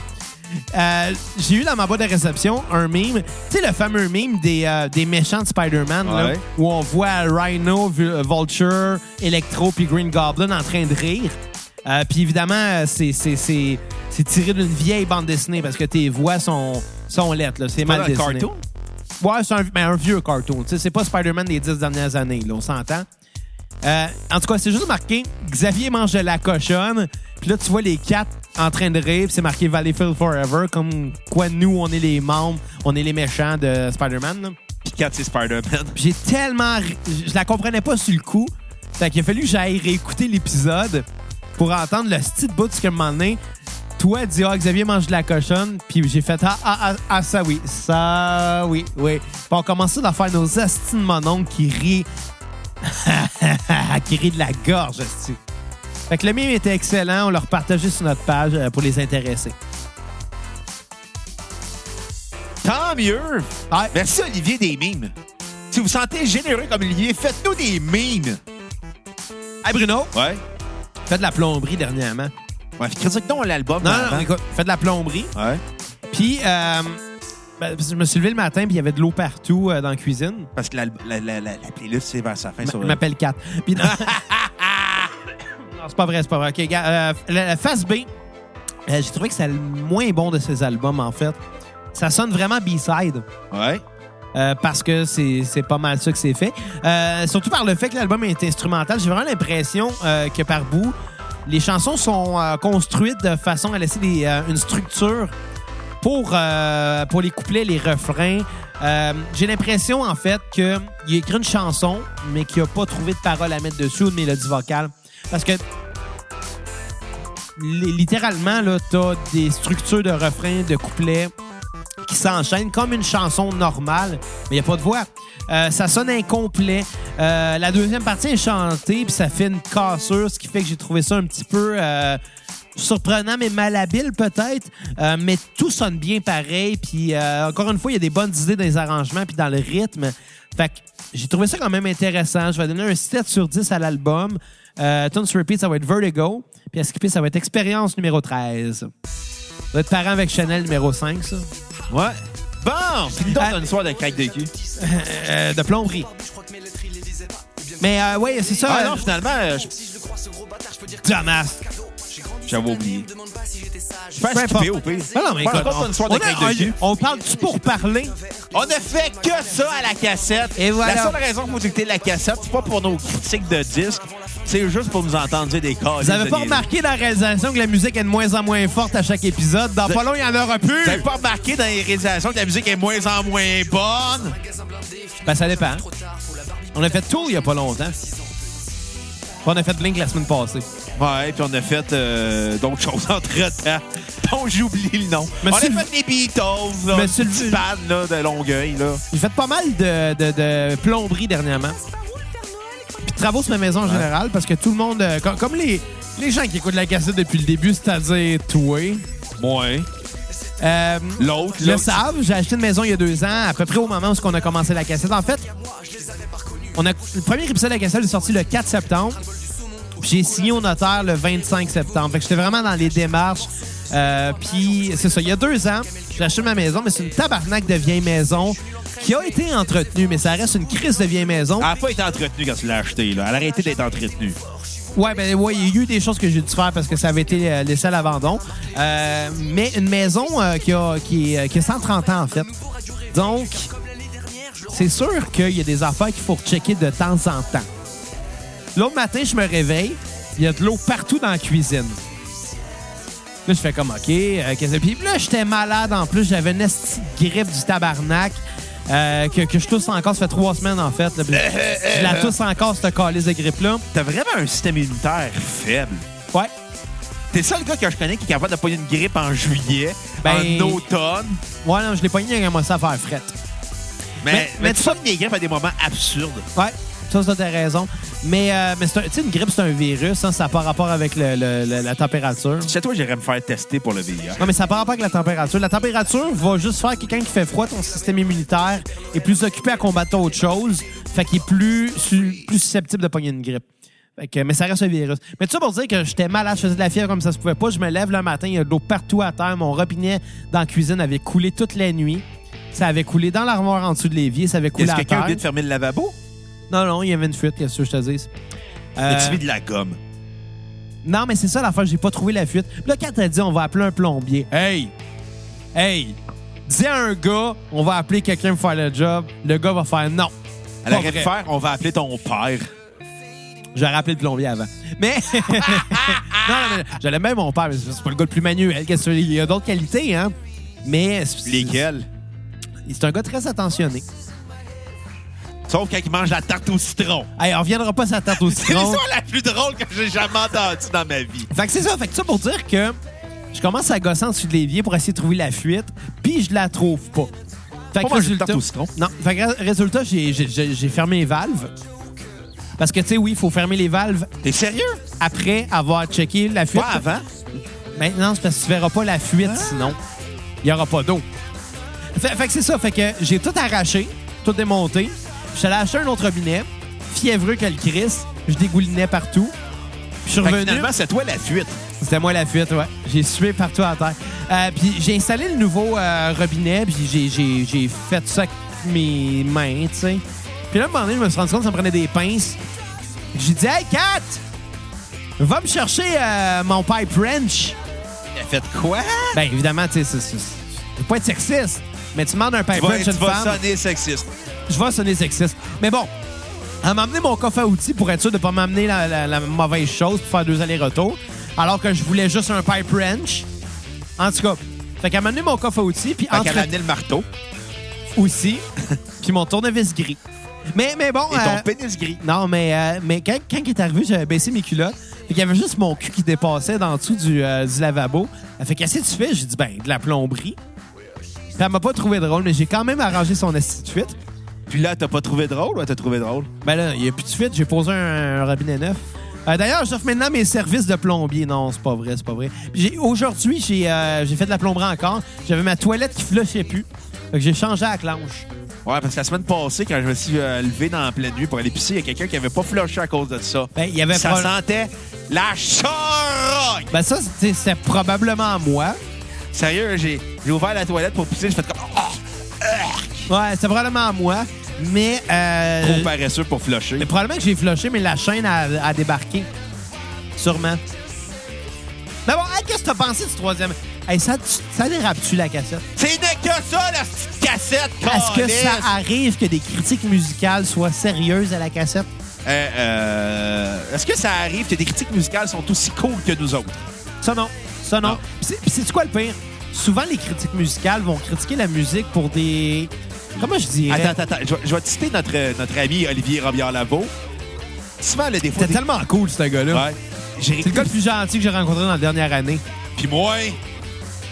[SPEAKER 1] Euh, J'ai eu dans ma boîte de réception un meme, tu sais, le fameux meme des, euh, des méchants de Spider-Man, là,
[SPEAKER 3] Ouais.
[SPEAKER 1] où on voit Rhino, Vu- Vulture, Electro puis Green Goblin en train de rire. Euh, puis évidemment, euh, c'est- c'est c'est- c'est tiré d'une vieille bande dessinée parce que tes voix sont, sont lettres. là. C'est
[SPEAKER 3] Pas
[SPEAKER 1] mal
[SPEAKER 3] dans le
[SPEAKER 1] dessiné.
[SPEAKER 3] cartoon.
[SPEAKER 1] Ouais, c'est un, mais un vieux cartoon. Tu sais, C'est pas Spider-Man des dix dernières années, là, on s'entend. Euh, en tout cas, c'est juste marqué Xavier mange de la cochonne. Puis là, tu vois les quatre en train de rire. puis c'est marqué Valleyfield Forever. Comme quoi, nous, on est les membres, on est les méchants de Spider-Man. là.
[SPEAKER 3] Puis quand c'est Spider-Man.
[SPEAKER 1] Puis j'ai tellement. ri- Je la comprenais pas sur le coup. Fait qu'il a fallu que j'aille réécouter l'épisode pour entendre le petit bout de ce que un moment donné, toi, dis Ah, Xavier mange de la cochonne. Puis j'ai fait Ah, ah, ah, ah, ça oui. Ça oui, oui. Puis on commençait à faire nos astines mononques qui rient. qui rient de la gorge, asti. Fait que le mime était excellent. On l'a repartagé sur notre page euh, pour les intéresser.
[SPEAKER 3] Tant mieux.
[SPEAKER 1] Ouais.
[SPEAKER 3] Merci, Olivier, des mimes. Si vous sentez généreux comme Olivier, faites-nous des mimes.
[SPEAKER 1] Hey Bruno,
[SPEAKER 3] Ouais.
[SPEAKER 1] fais de la plomberie dernièrement.
[SPEAKER 3] Ouais, puis critique donc l'album.
[SPEAKER 1] Non, non,
[SPEAKER 3] avant.
[SPEAKER 1] non, écoute, fais de la plomberie.
[SPEAKER 3] Ouais.
[SPEAKER 1] Puis, euh, ben, je me suis levé le matin, puis il y avait de l'eau partout euh, dans la cuisine.
[SPEAKER 3] Parce que l'al- la, la, la, la playlist, c'est vers sa fin.
[SPEAKER 1] Je
[SPEAKER 3] sur-
[SPEAKER 1] m'appelle Kat. Puis, non, Non, c'est pas vrai, c'est pas vrai. OK, gars, euh, la, la face B, euh, j'ai trouvé que c'est le moins bon de ses albums, en fait. Ça sonne vraiment B-side.
[SPEAKER 3] Ouais.
[SPEAKER 1] euh, parce que c'est c'est pas mal ça que c'est fait. Euh, surtout par le fait que l'album est instrumental, j'ai vraiment l'impression euh, que par bout, les chansons sont euh, construites de façon à laisser des, euh, une structure pour, euh, pour les couplets, les refrains. Euh, J'ai l'impression, en fait, qu'il a écrit une chanson, mais qu'il n'a pas trouvé de paroles à mettre dessus ou de mélodie vocale. Parce que li- littéralement, là, t'as des structures de refrains, de couplets qui s'enchaînent comme une chanson normale, mais il n'y a pas de voix. Euh, ça sonne incomplet. Euh, la deuxième partie est chantée, puis ça fait une cassure, ce qui fait que j'ai trouvé ça un petit peu euh, surprenant, mais malhabile peut-être. Euh, mais tout sonne bien pareil, puis euh, encore une fois, il y a des bonnes idées dans les arrangements, puis dans le rythme. Fait que j'ai trouvé ça quand même intéressant. Je vais donner un 7 sur 10 à l'album. Euh, Tunes Repeat, ça va être Vertigo. Puis à skipper, ça va être Expérience numéro 13. Ça va être Parent avec Chanel numéro 5, ça.
[SPEAKER 3] Ouais. Bon! Puis nous autres,
[SPEAKER 1] Ah.
[SPEAKER 3] on a une soirée de crack de cul.
[SPEAKER 1] Euh, de plomberie. Mais euh, ouais, c'est ça.
[SPEAKER 3] Ah
[SPEAKER 1] euh,
[SPEAKER 3] non, finalement, euh, je
[SPEAKER 1] Dumbass.
[SPEAKER 3] j'avais oublié. Je pense
[SPEAKER 1] Peu
[SPEAKER 3] que
[SPEAKER 1] importe.
[SPEAKER 3] au pire.
[SPEAKER 1] Ah non, mais écoute,
[SPEAKER 3] Par contre, on a une soirée de
[SPEAKER 1] on-
[SPEAKER 3] crack de cul.
[SPEAKER 1] on, on parle-tu pour parler?
[SPEAKER 3] On ne fait que ça à la cassette.
[SPEAKER 1] Et voilà.
[SPEAKER 3] La seule raison que vous écoutez la cassette, c'est pas pour nos critiques de disques, c'est juste pour nous entendre dire des cas.
[SPEAKER 1] Vous avez pas remarqué dans la réalisation que la musique est de moins en moins forte à chaque épisode? Dans pas long, il y en aura plus!
[SPEAKER 3] Vous avez pas remarqué dans les réalisations que la musique est moins en moins bonne?
[SPEAKER 1] Ben, ça dépend. On a fait tout il y a pas longtemps. On a fait Blink la semaine passée.
[SPEAKER 3] Ouais, puis on a fait euh, d'autres choses entre-temps, dont j'oublie le nom.
[SPEAKER 1] Monsieur
[SPEAKER 3] on
[SPEAKER 1] le-
[SPEAKER 3] a fait les Beatles, là,
[SPEAKER 1] Monsieur le-
[SPEAKER 3] petit band, là, de Longueuil. Là.
[SPEAKER 1] J'ai fait pas mal de, de, de plomberie dernièrement. Puis de travaux sur ma maison en général, parce que tout le monde, euh, com- comme les, les gens qui écoutent la cassette depuis le début, c'est-à-dire toi,
[SPEAKER 3] Ouais.
[SPEAKER 1] euh,
[SPEAKER 3] L'autre,
[SPEAKER 1] le
[SPEAKER 3] là.
[SPEAKER 1] savent, j'ai acheté une maison il y a deux ans, à peu près au moment où on a commencé la cassette. En fait, on a, le premier épisode de la cassette est sorti le 4 septembre. J'ai signé au notaire le 25 septembre. Fait que j'étais vraiment dans les démarches. Euh, Puis, c'est ça, il y a deux ans, j'ai acheté ma maison, mais c'est une tabarnak de vieille maison qui a été entretenue, mais ça reste une crise de vieille maison.
[SPEAKER 3] Elle n'a pas été entretenue quand tu l'as acheté. Là. Elle a arrêté d'être entretenue.
[SPEAKER 1] Ouais, ben ouais, il y a eu des choses que j'ai dû faire parce que ça avait été euh, laissé à l'abandon. Euh, mais une maison euh, qui, a, qui, est- qui a 130 ans, en fait. Donc, c'est sûr qu'il y a des affaires qu'il faut checker de temps en temps. L'autre matin, je me réveille, il y a de l'eau partout dans la cuisine. Là, je fais comme, OK, euh, qu'est-ce que... Puis là, j'étais malade en plus. J'avais une esti de grippe du tabarnak euh, que, que je tousse encore. Ça fait trois semaines, en fait. là. Puis je la tousse encore, cette calice de grippe-là.
[SPEAKER 3] T'as vraiment un système immunitaire faible.
[SPEAKER 1] Ouais.
[SPEAKER 3] T'es le seul gars que je connais qui est capable de pogner une grippe en juillet,
[SPEAKER 1] Ben-
[SPEAKER 3] en automne.
[SPEAKER 1] Ouais, non, je l'ai pogné, il a commencé à faire fret. Mais-
[SPEAKER 3] Mais, mais,
[SPEAKER 1] mais
[SPEAKER 3] tu pognes des grippes à des moments absurdes.
[SPEAKER 1] Ouais, ça, ça, t'as raison. Mais, euh, mais c'est un- tu sais, une grippe, c'est un virus, hein, ça n'a pas rapport avec le- le- le- la température.
[SPEAKER 3] Chez toi, j'irais me faire tester pour le VIH.
[SPEAKER 1] Non, mais ça n'a pas rapport avec la température. La température va juste faire que quand il fait froid, ton système immunitaire est plus occupé à combattre autre chose, fait qu'il est plus, su- plus susceptible de pogner une grippe. Fait que, mais ça reste un virus. Mais tout ça pour dire que j'étais malade, je faisais de la fièvre comme ça se pouvait pas. Je me lève le matin, il y a de l'eau partout à terre. Mon robinet dans la cuisine avait coulé toute la nuit. Ça avait coulé dans l'armoire en dessous de l'évier, ça avait coulé
[SPEAKER 3] Est-ce que
[SPEAKER 1] à
[SPEAKER 3] quelqu'un a
[SPEAKER 1] terre.
[SPEAKER 3] oublié de fermer le lavabo?
[SPEAKER 1] Non, non, il y avait une fuite, qu'est-ce que je te dis? Euh,
[SPEAKER 3] As-tu mis de la gomme?
[SPEAKER 1] non, mais c'est ça l'affaire, j'ai pas trouvé la fuite. Puis Là, quand t'as dit on va appeler un plombier, hey, hey, dis à un gars, on va appeler quelqu'un pour faire le job, le gars va faire non.
[SPEAKER 3] Elle
[SPEAKER 1] Pas
[SPEAKER 3] aurait pu
[SPEAKER 1] vrai.
[SPEAKER 3] faire, on va appeler ton père.
[SPEAKER 1] J'aurais appelé le plombier avant. Mais. non, non, mais j'allais même mon père, mais c'est pas le gars le plus manuel. qu'est-ce que tu veux, Il y a d'autres qualités, hein. Mais. c'est-
[SPEAKER 3] Lesquels?
[SPEAKER 1] C'est un gars très attentionné.
[SPEAKER 3] Sauf quand il mange la tarte au citron.
[SPEAKER 1] Hey, on reviendra pas sa tarte au
[SPEAKER 3] C'est
[SPEAKER 1] citron.
[SPEAKER 3] l'histoire la plus drôle que j'ai jamais entendue dans ma vie.
[SPEAKER 1] Fait que c'est ça. Fait que ça pour dire que je commence à gosser en dessous de l'évier pour essayer de trouver la fuite, puis je la trouve pas. Fait
[SPEAKER 3] Pas manger de tarte au citron.
[SPEAKER 1] Non. Fait que ré- résultat, j'ai- j'ai j'ai- j'ai fermé les valves. Parce que, tu sais, oui, il faut fermer les valves
[SPEAKER 3] T'es sérieux?
[SPEAKER 1] après avoir checké la fuite.
[SPEAKER 3] Pas avant? Ah.
[SPEAKER 1] Maintenant, c'est parce que tu verras pas la fuite, sinon, il y aura pas d'eau. Fait, fait que c'est ça. Fait que j'ai tout arraché, tout démonté. Je suis allé acheter un autre robinet, fiévreux que le Chris. Je dégoulinais partout. Puis Je suis
[SPEAKER 3] Fait que
[SPEAKER 1] revenu.
[SPEAKER 3] finalement, c'est toi la fuite.
[SPEAKER 1] C'était moi la fuite, ouais. J'ai sué partout à terre. Euh, puis j'ai installé le nouveau euh, robinet, puis j'ai- j'ai- j'ai fait ça avec mes mains, tu sais. Puis là, à un moment donné, je me suis rendu compte que ça me prenait des pinces. J'ai dit, hey, Kat, va me chercher euh, mon pipe wrench.
[SPEAKER 3] Elle a fait quoi?
[SPEAKER 1] Ben, évidemment, tu sais, c'est- c'est- c'est pas être sexiste, mais tu demandes un
[SPEAKER 3] Tu
[SPEAKER 1] pipe
[SPEAKER 3] vas,
[SPEAKER 1] wrench à
[SPEAKER 3] tu
[SPEAKER 1] une
[SPEAKER 3] vas
[SPEAKER 1] femme.
[SPEAKER 3] sonner sexiste.
[SPEAKER 1] Je vais sonner sexiste. Mais bon, elle m'a amené mon coffre à outils pour être sûr de pas m'amener la, la- la mauvaise chose pour faire deux allers-retours, alors que je voulais juste un pipe wrench. En tout cas, Fait qu'elle m'a amené mon coffre à outils, puis
[SPEAKER 3] Fait
[SPEAKER 1] entre
[SPEAKER 3] qu'elle a amené le marteau
[SPEAKER 1] aussi, puis mon tournevis gris. Mais, mais bon.
[SPEAKER 3] et ton
[SPEAKER 1] euh,
[SPEAKER 3] pénis gris.
[SPEAKER 1] Non, mais, euh, mais quand, quand il est arrivé, j'avais baissé mes culottes. Fait qu'il y avait juste mon cul qui dépassait dans le dessous du, euh, du lavabo. Elle fait qu'est-ce que tu fais? J'ai dit, ben, de la plomberie. Puis elle m'a pas trouvé drôle, mais j'ai quand même arrangé son esti de fuite.
[SPEAKER 3] Puis là, t'as pas trouvé drôle ou t'as trouvé drôle?
[SPEAKER 1] Ben là, il n'y a plus de fuite, j'ai posé un, un robinet neuf. Euh, D'ailleurs, j'offre maintenant mes services de plombier. Non, c'est pas vrai, c'est pas vrai. Puis j'ai- Aujourd'hui, j'ai euh, j'ai fait de la plomberie encore. J'avais ma toilette qui flushait plus. Fait que j'ai changé à la clanche.
[SPEAKER 3] Ouais, parce que la semaine passée, quand je me suis euh, levé dans la pleine nuit pour aller pisser, il y a quelqu'un qui avait pas flushé à cause de ça.
[SPEAKER 1] Ben, il y avait
[SPEAKER 3] ça
[SPEAKER 1] prob-
[SPEAKER 3] sentait la charogne!
[SPEAKER 1] Ben ça, c'était c'était probablement moi.
[SPEAKER 3] Sérieux, j'ai j'ai ouvert la toilette pour pisser, j'ai fait comme... Ah!
[SPEAKER 1] Euh. Ouais, c'était probablement moi. Mais... euh,
[SPEAKER 3] Trop paresseux pour flusher.
[SPEAKER 1] Mais probablement que j'ai flushé, mais la chaîne a, a débarqué. Sûrement. Mais bon, hey, qu'est-ce que t'as pensé du troisième? Hey, ça, tu- ça dérape-tu la cassette?
[SPEAKER 3] C'est n'est que ça, la petite cassette,
[SPEAKER 1] Est-ce que
[SPEAKER 3] câlisse!
[SPEAKER 1] ça arrive que des critiques musicales soient sérieuses à la cassette?
[SPEAKER 3] Euh, euh, Est-ce que ça arrive que des critiques musicales sont aussi cool que nous autres?
[SPEAKER 1] Ça non. Ça non.
[SPEAKER 3] Non.
[SPEAKER 1] Puis c'est- Puis c'est quoi le pire? Souvent, les critiques musicales vont critiquer la musique pour des. Comment je dirais?
[SPEAKER 3] Attends, attends, attends. Je, vais- je vais te citer notre, euh, notre ami Olivier Robillard-Lavaux. Souvent, le défaut...
[SPEAKER 1] C'était tellement cool, ce gars-là.
[SPEAKER 3] Ouais. J'ai
[SPEAKER 1] C'est le
[SPEAKER 3] réécouté-
[SPEAKER 1] gars le plus gentil que j'ai rencontré dans la dernière année.
[SPEAKER 3] Puis moi...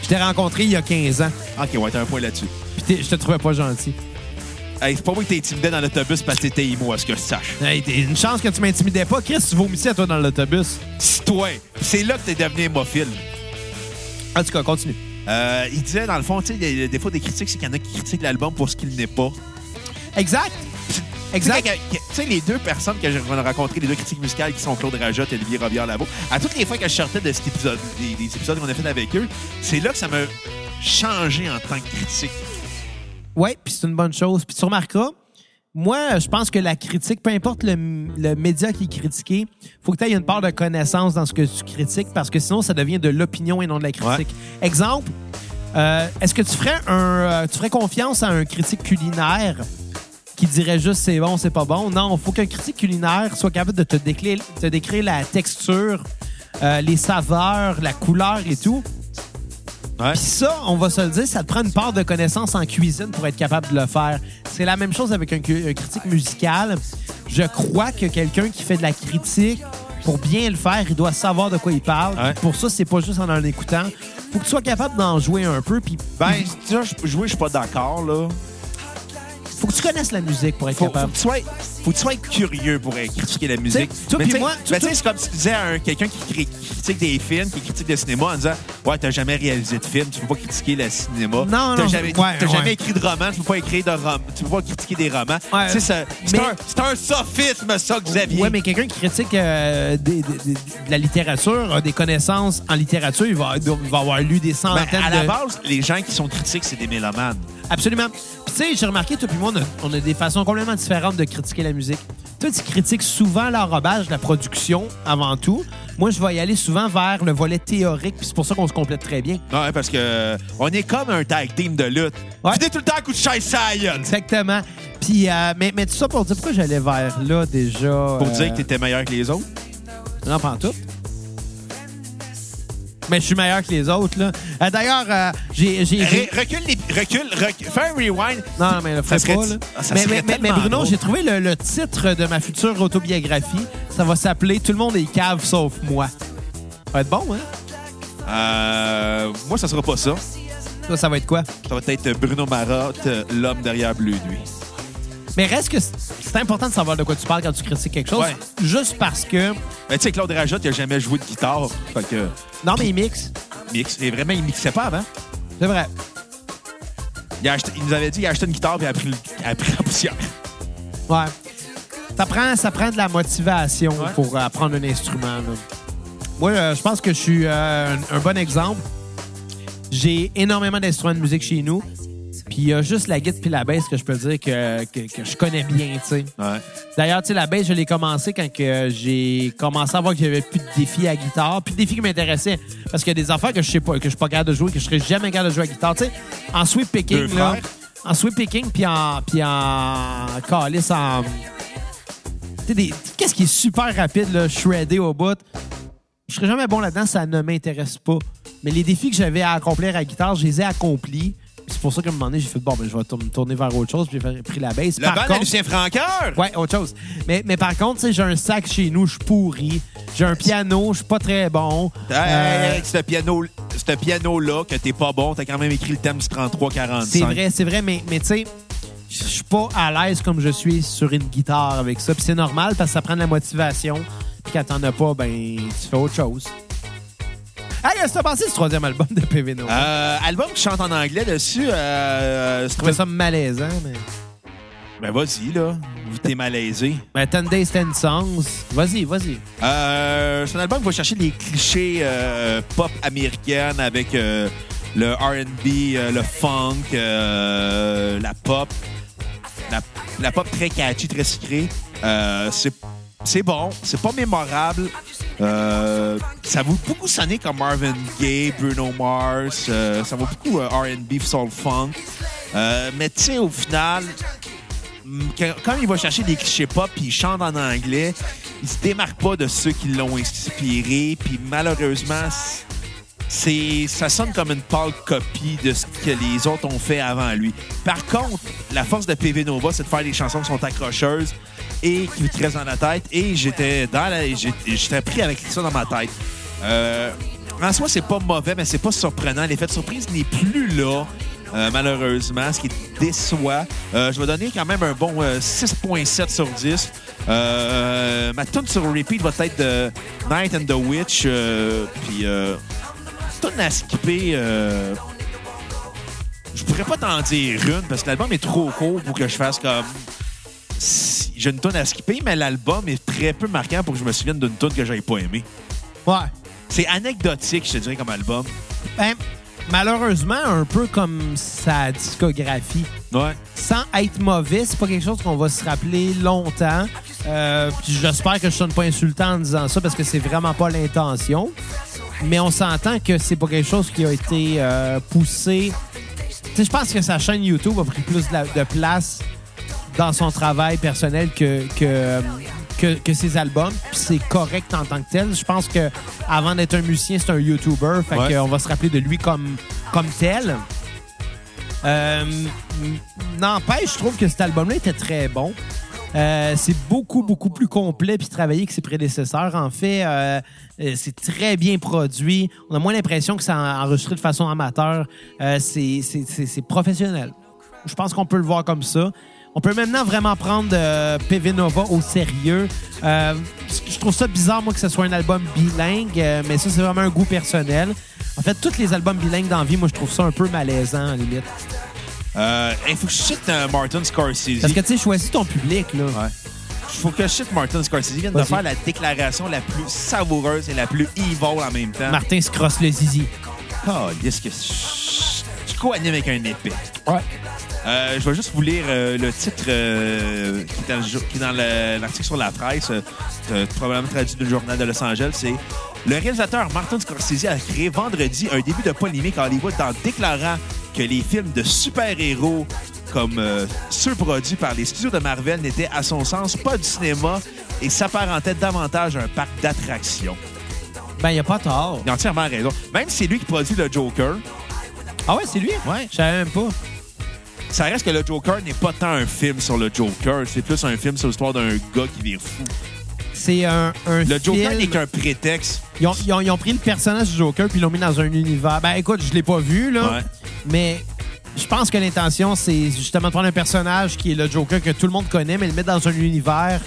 [SPEAKER 1] Je t'ai rencontré il y a 15 ans.
[SPEAKER 3] OK, ouais, t'as un point là-dessus.
[SPEAKER 1] Puis t'es- je te trouvais pas gentil.
[SPEAKER 3] Hey, c'est pas moi qui t'intimidais dans l'autobus parce que t'étais immo, à ce que je sache.
[SPEAKER 1] Hey, Euh, t'es- une chance que tu m'intimidais pas. Chris, tu vomissais, toi, dans l'autobus.
[SPEAKER 3] C'est toi. C'est là que t'es devenu hémophile.
[SPEAKER 1] En tout cas, continue.
[SPEAKER 3] Euh, il disait, dans le fond, tu sais, le le défaut des critiques, c'est qu'il y en a qui critiquent l'album pour ce qu'il n'est pas.
[SPEAKER 1] Exact. Exact.
[SPEAKER 3] Tu sais, que- que- tu sais, les deux personnes que j'ai rencontrées, les deux critiques musicales qui sont Claude Rajotte et Olivier robillard Labo, à toutes les fois que je sortais de cet épisode, des, des épisodes qu'on a fait avec eux, c'est là que ça m'a changé en tant que critique.
[SPEAKER 1] Ouais, puis c'est une bonne chose. Puis tu remarqueras, moi, je pense que la critique, peu importe le, le média qui est critiqué, faut que tu aies une part de connaissance dans ce que tu critiques parce que sinon, ça devient de l'opinion et non de la critique. Exemple, euh, est-ce que tu ferais, un, euh, tu ferais confiance à un critique culinaire qui dirait juste c'est bon, c'est pas bon? Non, faut qu'un critique culinaire soit capable de te, déclare- te décrire la texture, euh, les saveurs, la couleur et tout.
[SPEAKER 3] Ouais.
[SPEAKER 1] Puis ça, on va se le dire, ça te prend une part de connaissance en cuisine pour être capable de le faire. C'est la même chose avec un, cu- un critique musical. Je crois que quelqu'un qui fait de la critique, pour bien le faire, il doit savoir de quoi il parle.
[SPEAKER 3] Ouais.
[SPEAKER 1] Pour ça, c'est pas juste en en écoutant. Faut que tu sois capable d'en jouer un peu, puis
[SPEAKER 3] Ben, tu vois, je- jouer, je suis pas d'accord, là.
[SPEAKER 1] faut que tu connaisses la musique pour être
[SPEAKER 3] Faut, faut,
[SPEAKER 1] capable.
[SPEAKER 3] que tu sois, faut que tu sois curieux pour euh, critiquer la musique.
[SPEAKER 1] T'sais, toi
[SPEAKER 3] Mais
[SPEAKER 1] pis
[SPEAKER 3] t'sais-
[SPEAKER 1] moi, toi-
[SPEAKER 3] mais t'sais, c'est comme si tu disais à un- quelqu'un qui cri- critique des films, qui critique le cinéma en disant Ouais, t'as jamais réalisé de film, tu peux pas critiquer le cinéma.
[SPEAKER 1] Non,
[SPEAKER 3] t'as
[SPEAKER 1] non,
[SPEAKER 3] jamais,
[SPEAKER 1] c'est- ouais,
[SPEAKER 3] t'as
[SPEAKER 1] ouais.
[SPEAKER 3] jamais écrit de roman, tu peux pas écrire de rom- tu peux pas critiquer des romans.
[SPEAKER 1] Ouais.
[SPEAKER 3] Tu sais, ça- C'est
[SPEAKER 1] Mais-
[SPEAKER 3] un, c'est un sophisme, ça, Xavier.
[SPEAKER 1] Ouais, mais quelqu'un qui critique euh, des- des- des- de la littérature, a des connaissances en littérature, il va, il va avoir lu des
[SPEAKER 3] Ben,
[SPEAKER 1] centaines
[SPEAKER 3] à la
[SPEAKER 1] de...
[SPEAKER 3] base, les gens qui sont critiques, c'est des mélomanes.
[SPEAKER 1] Absolument. Puis tu sais, j'ai remarqué, toi puis moi, on a, on a des façons complètement différentes de critiquer la musique. Toi, tu critiques souvent l'enrobage, la production, avant tout. Moi, je vais y aller souvent vers le volet théorique, puis c'est pour ça qu'on se complète très bien.
[SPEAKER 3] Non, hein, parce que euh, on est comme un tag team de lutte.
[SPEAKER 1] Ouais.
[SPEAKER 3] Videz tout le temps à coup de chaise ça
[SPEAKER 1] Exactement. Puis, euh, mais, mais tout ça pour dire pourquoi j'allais vers là déjà.
[SPEAKER 3] Pour
[SPEAKER 1] euh,
[SPEAKER 3] dire que t'étais meilleur que les autres.
[SPEAKER 1] Non, pas en tout. Mais je suis meilleur que les autres, là. Euh, D'ailleurs, euh, j'ai. j'ai- j'ai-
[SPEAKER 3] Ré- recule, les- recule, recule, fais un rewind.
[SPEAKER 1] Non, mais le
[SPEAKER 3] Ça
[SPEAKER 1] fais
[SPEAKER 3] serait-
[SPEAKER 1] pas, là.
[SPEAKER 3] Ah, ça
[SPEAKER 1] mais, mais-
[SPEAKER 3] serait
[SPEAKER 1] mais- mais
[SPEAKER 3] tellement
[SPEAKER 1] Bruno,
[SPEAKER 3] drôle.
[SPEAKER 1] j'ai trouvé le, le titre de ma future autobiographie. Ça va s'appeler Tout le monde est cave sauf moi. Ça va être bon, hein?
[SPEAKER 3] Euh, moi, ça sera pas ça.
[SPEAKER 1] Ça, ça va être quoi?
[SPEAKER 3] Ça va être Bruno Marotte, euh, l'homme derrière Bleu Nuit.
[SPEAKER 1] Mais reste que c'est- c'est important de savoir de quoi tu parles quand tu critiques quelque chose.
[SPEAKER 3] Ouais.
[SPEAKER 1] Juste parce que.
[SPEAKER 3] Mais tu sais, Claude Rajotte, il a jamais joué de guitare. Fait que,
[SPEAKER 1] Non, mais il mixe.
[SPEAKER 3] mix. Et vraiment, il mixait pas avant.
[SPEAKER 1] C'est vrai.
[SPEAKER 3] Il, a acheté- il nous avait dit qu'il a acheté une guitare et il a pris, le- il a pris la poussière.
[SPEAKER 1] Ouais. Ça prend, ça prend de la motivation
[SPEAKER 3] Ouais.
[SPEAKER 1] pour apprendre un instrument. là. Moi, euh, je pense que je suis euh, un, un bon exemple. J'ai énormément d'instruments de musique chez nous. Puis il y a juste la guitare puis la basse que je peux dire que, que, que je connais bien, tu sais.
[SPEAKER 3] Ouais.
[SPEAKER 1] D'ailleurs, tu sais, la baisse, je l'ai commencé quand que euh, j'ai commencé à voir qu'il y avait plus de défis à guitare, plus de défis qui m'intéressaient. Parce qu'il y a des affaires que je sais pas, que je suis pas capable de jouer, que je serais jamais capable de jouer à guitare. Tu sais, en sweep
[SPEAKER 3] Deux
[SPEAKER 1] picking, là,
[SPEAKER 3] frères.
[SPEAKER 1] en sweep picking, puis en, puis en calice, en. Tu sais, des- qu'est-ce qui est super rapide, là, shredder au bout. Je serais jamais bon là-dedans, ça ne m'intéresse pas. Mais les défis que j'avais à accomplir à la guitare, je les ai accomplis. Puis C'est pour ça qu'à un moment donné, j'ai fait bon, ben, je vais tour- me tourner vers autre chose, puis j'ai fait- pris la baisse.
[SPEAKER 3] Le ban à Lucien Francoeur!
[SPEAKER 1] Ouais, autre chose. Mais, mais par contre, tu sais, j'ai un sac chez nous, je suis pourri. J'ai un piano, je suis pas très bon.
[SPEAKER 3] Hey,
[SPEAKER 1] Euh,
[SPEAKER 3] hey, hey, ce piano- ce piano-là, que t'es pas bon, t'as quand même écrit le thème du 33-45.
[SPEAKER 1] c'est vrai, c'est vrai, mais, mais tu sais, je suis pas à l'aise comme je suis sur une guitare avec ça. Puis c'est normal parce que ça prend de la motivation. Puis quand t'en as pas, ben, tu fais autre chose. Hey, qu'est-ce que t'as pensé du troisième album de PV Noah?
[SPEAKER 3] Euh, album qui chante en anglais dessus, euh,
[SPEAKER 1] Je trouvais ça malaisant, mais.
[SPEAKER 3] Ben vas-y, là. T'es malaisé.
[SPEAKER 1] Ben, Ten Days, Ten Songs. Vas-y, vas-y.
[SPEAKER 3] Euh, c'est un album qui va chercher les clichés euh, pop américaine avec euh, le R&B, euh, le funk, euh, la pop, la, la pop très catchy, très sucrée. Euh, c'est c'est bon, c'est pas mémorable. Euh, ça va beaucoup sonner comme Marvin Gaye, Bruno Mars. euh, ça va beaucoup euh, R&B, soul funk. Euh, mais tu sais, au final, Mm, quand, quand il va chercher des clichés pop puis il chante en anglais, il se démarque pas de ceux qui l'ont inspiré. Puis malheureusement, c- c'est ça sonne comme une pâle copie de ce que les autres ont fait avant lui. Par contre, la force de PV Nova, c'est de faire des chansons qui sont accrocheuses et qui te restent dans la tête. Et j'étais dans la, j'ai- j'étais pris avec ça dans ma tête. Euh, en soi, c'est pas mauvais, mais c'est pas surprenant. L'effet de surprise n'est plus là, euh, malheureusement, ce qui déçoit. Euh, je vais donner quand même un bon euh, 6.7 sur 10. Euh, ma tune sur repeat va être de Night and the Witch. euh, Puis, euh, tune à skipper. euh, je pourrais pas t'en dire une parce que l'album est trop court pour que je fasse comme. si- J'ai une tune à skipper, mais l'album est très peu marquant pour que je me souvienne d'une tune que j'avais pas aimée.
[SPEAKER 1] Ouais.
[SPEAKER 3] C'est anecdotique, je te dirais, comme album.
[SPEAKER 1] Ben, malheureusement, un peu comme sa discographie.
[SPEAKER 3] Ouais.
[SPEAKER 1] Sans être mauvais, c'est pas quelque chose qu'on va se rappeler longtemps. Euh, puis J'espère que je sonne pas insultant en disant ça parce que c'est vraiment pas l'intention. Mais on s'entend que c'est pas quelque chose qui a été euh, poussé. Tu sais, je pense que sa chaîne YouTube a pris plus de, la- de place dans son travail personnel que, que, que, que ses albums. Puis c'est correct en tant que tel. Je pense que avant d'être un musicien, c'est un YouTuber. Fait
[SPEAKER 3] Ouais.
[SPEAKER 1] qu'on va se rappeler de lui comme, comme tel. Euh, N'empêche, je trouve que cet album-là était très bon. Euh, c'est beaucoup, beaucoup plus complet puis travaillé que ses prédécesseurs. En fait, euh, euh, c'est très bien produit. On a moins l'impression que c'est en- enregistré de façon amateur. Euh, c'est- c'est c'est- c'est professionnel. Je pense qu'on peut le voir comme ça. On peut maintenant vraiment prendre euh, PV Nova au sérieux. Euh, je trouve ça bizarre, moi, que ce soit un album bilingue, euh, mais ça, c'est vraiment un goût personnel. En fait, tous les albums bilingues dans la vie, moi, je trouve ça un peu malaisant, à la limite.
[SPEAKER 3] Euh, il faut que je cite euh, Martin Scorsese.
[SPEAKER 1] Parce que, tu sais, choisis ton public, là.
[SPEAKER 3] Ouais. faut que je cite Martin Scorsese. Il vient de
[SPEAKER 1] Vas-y.
[SPEAKER 3] faire la déclaration la plus savoureuse et la plus evil en même temps.
[SPEAKER 1] Martin se crosse le zizi.
[SPEAKER 3] Oh, que je, je co-anime avec un épée.
[SPEAKER 1] Ouais.
[SPEAKER 3] Euh, je vais juste vous lire euh, le titre euh, qui est dans, le jour- qui est dans le- l'article sur la presse, euh, euh, probablement traduit du journal de Los Angeles. C'est le réalisateur Martin Scorsese a créé vendredi un début de polémique à Hollywood en déclarant que les films de super-héros comme euh, ceux produits par les studios de Marvel n'étaient à son sens pas du cinéma et s'apparentaient davantage à un parc d'attractions.
[SPEAKER 1] Ben, il a pas tort.
[SPEAKER 3] Il a entièrement raison. Même si c'est lui qui produit le Joker,
[SPEAKER 1] Ah ouais, c'est lui?
[SPEAKER 3] Ouais.
[SPEAKER 1] Je savais même pas.
[SPEAKER 3] ça reste que le Joker n'est pas tant un film sur le Joker, c'est plus un film sur l'histoire d'un gars qui vire fou.
[SPEAKER 1] C'est un, un
[SPEAKER 3] Le Joker
[SPEAKER 1] film.
[SPEAKER 3] n'est qu'un prétexte.
[SPEAKER 1] Ils ont, ils ont- ils ont pris le personnage du Joker puis ils l'ont mis dans un univers. Ben écoute, je l'ai pas vu, là.
[SPEAKER 3] Ouais.
[SPEAKER 1] Mais je pense que l'intention, c'est justement de prendre un personnage qui est le Joker que tout le monde connaît, mais le mettre dans un univers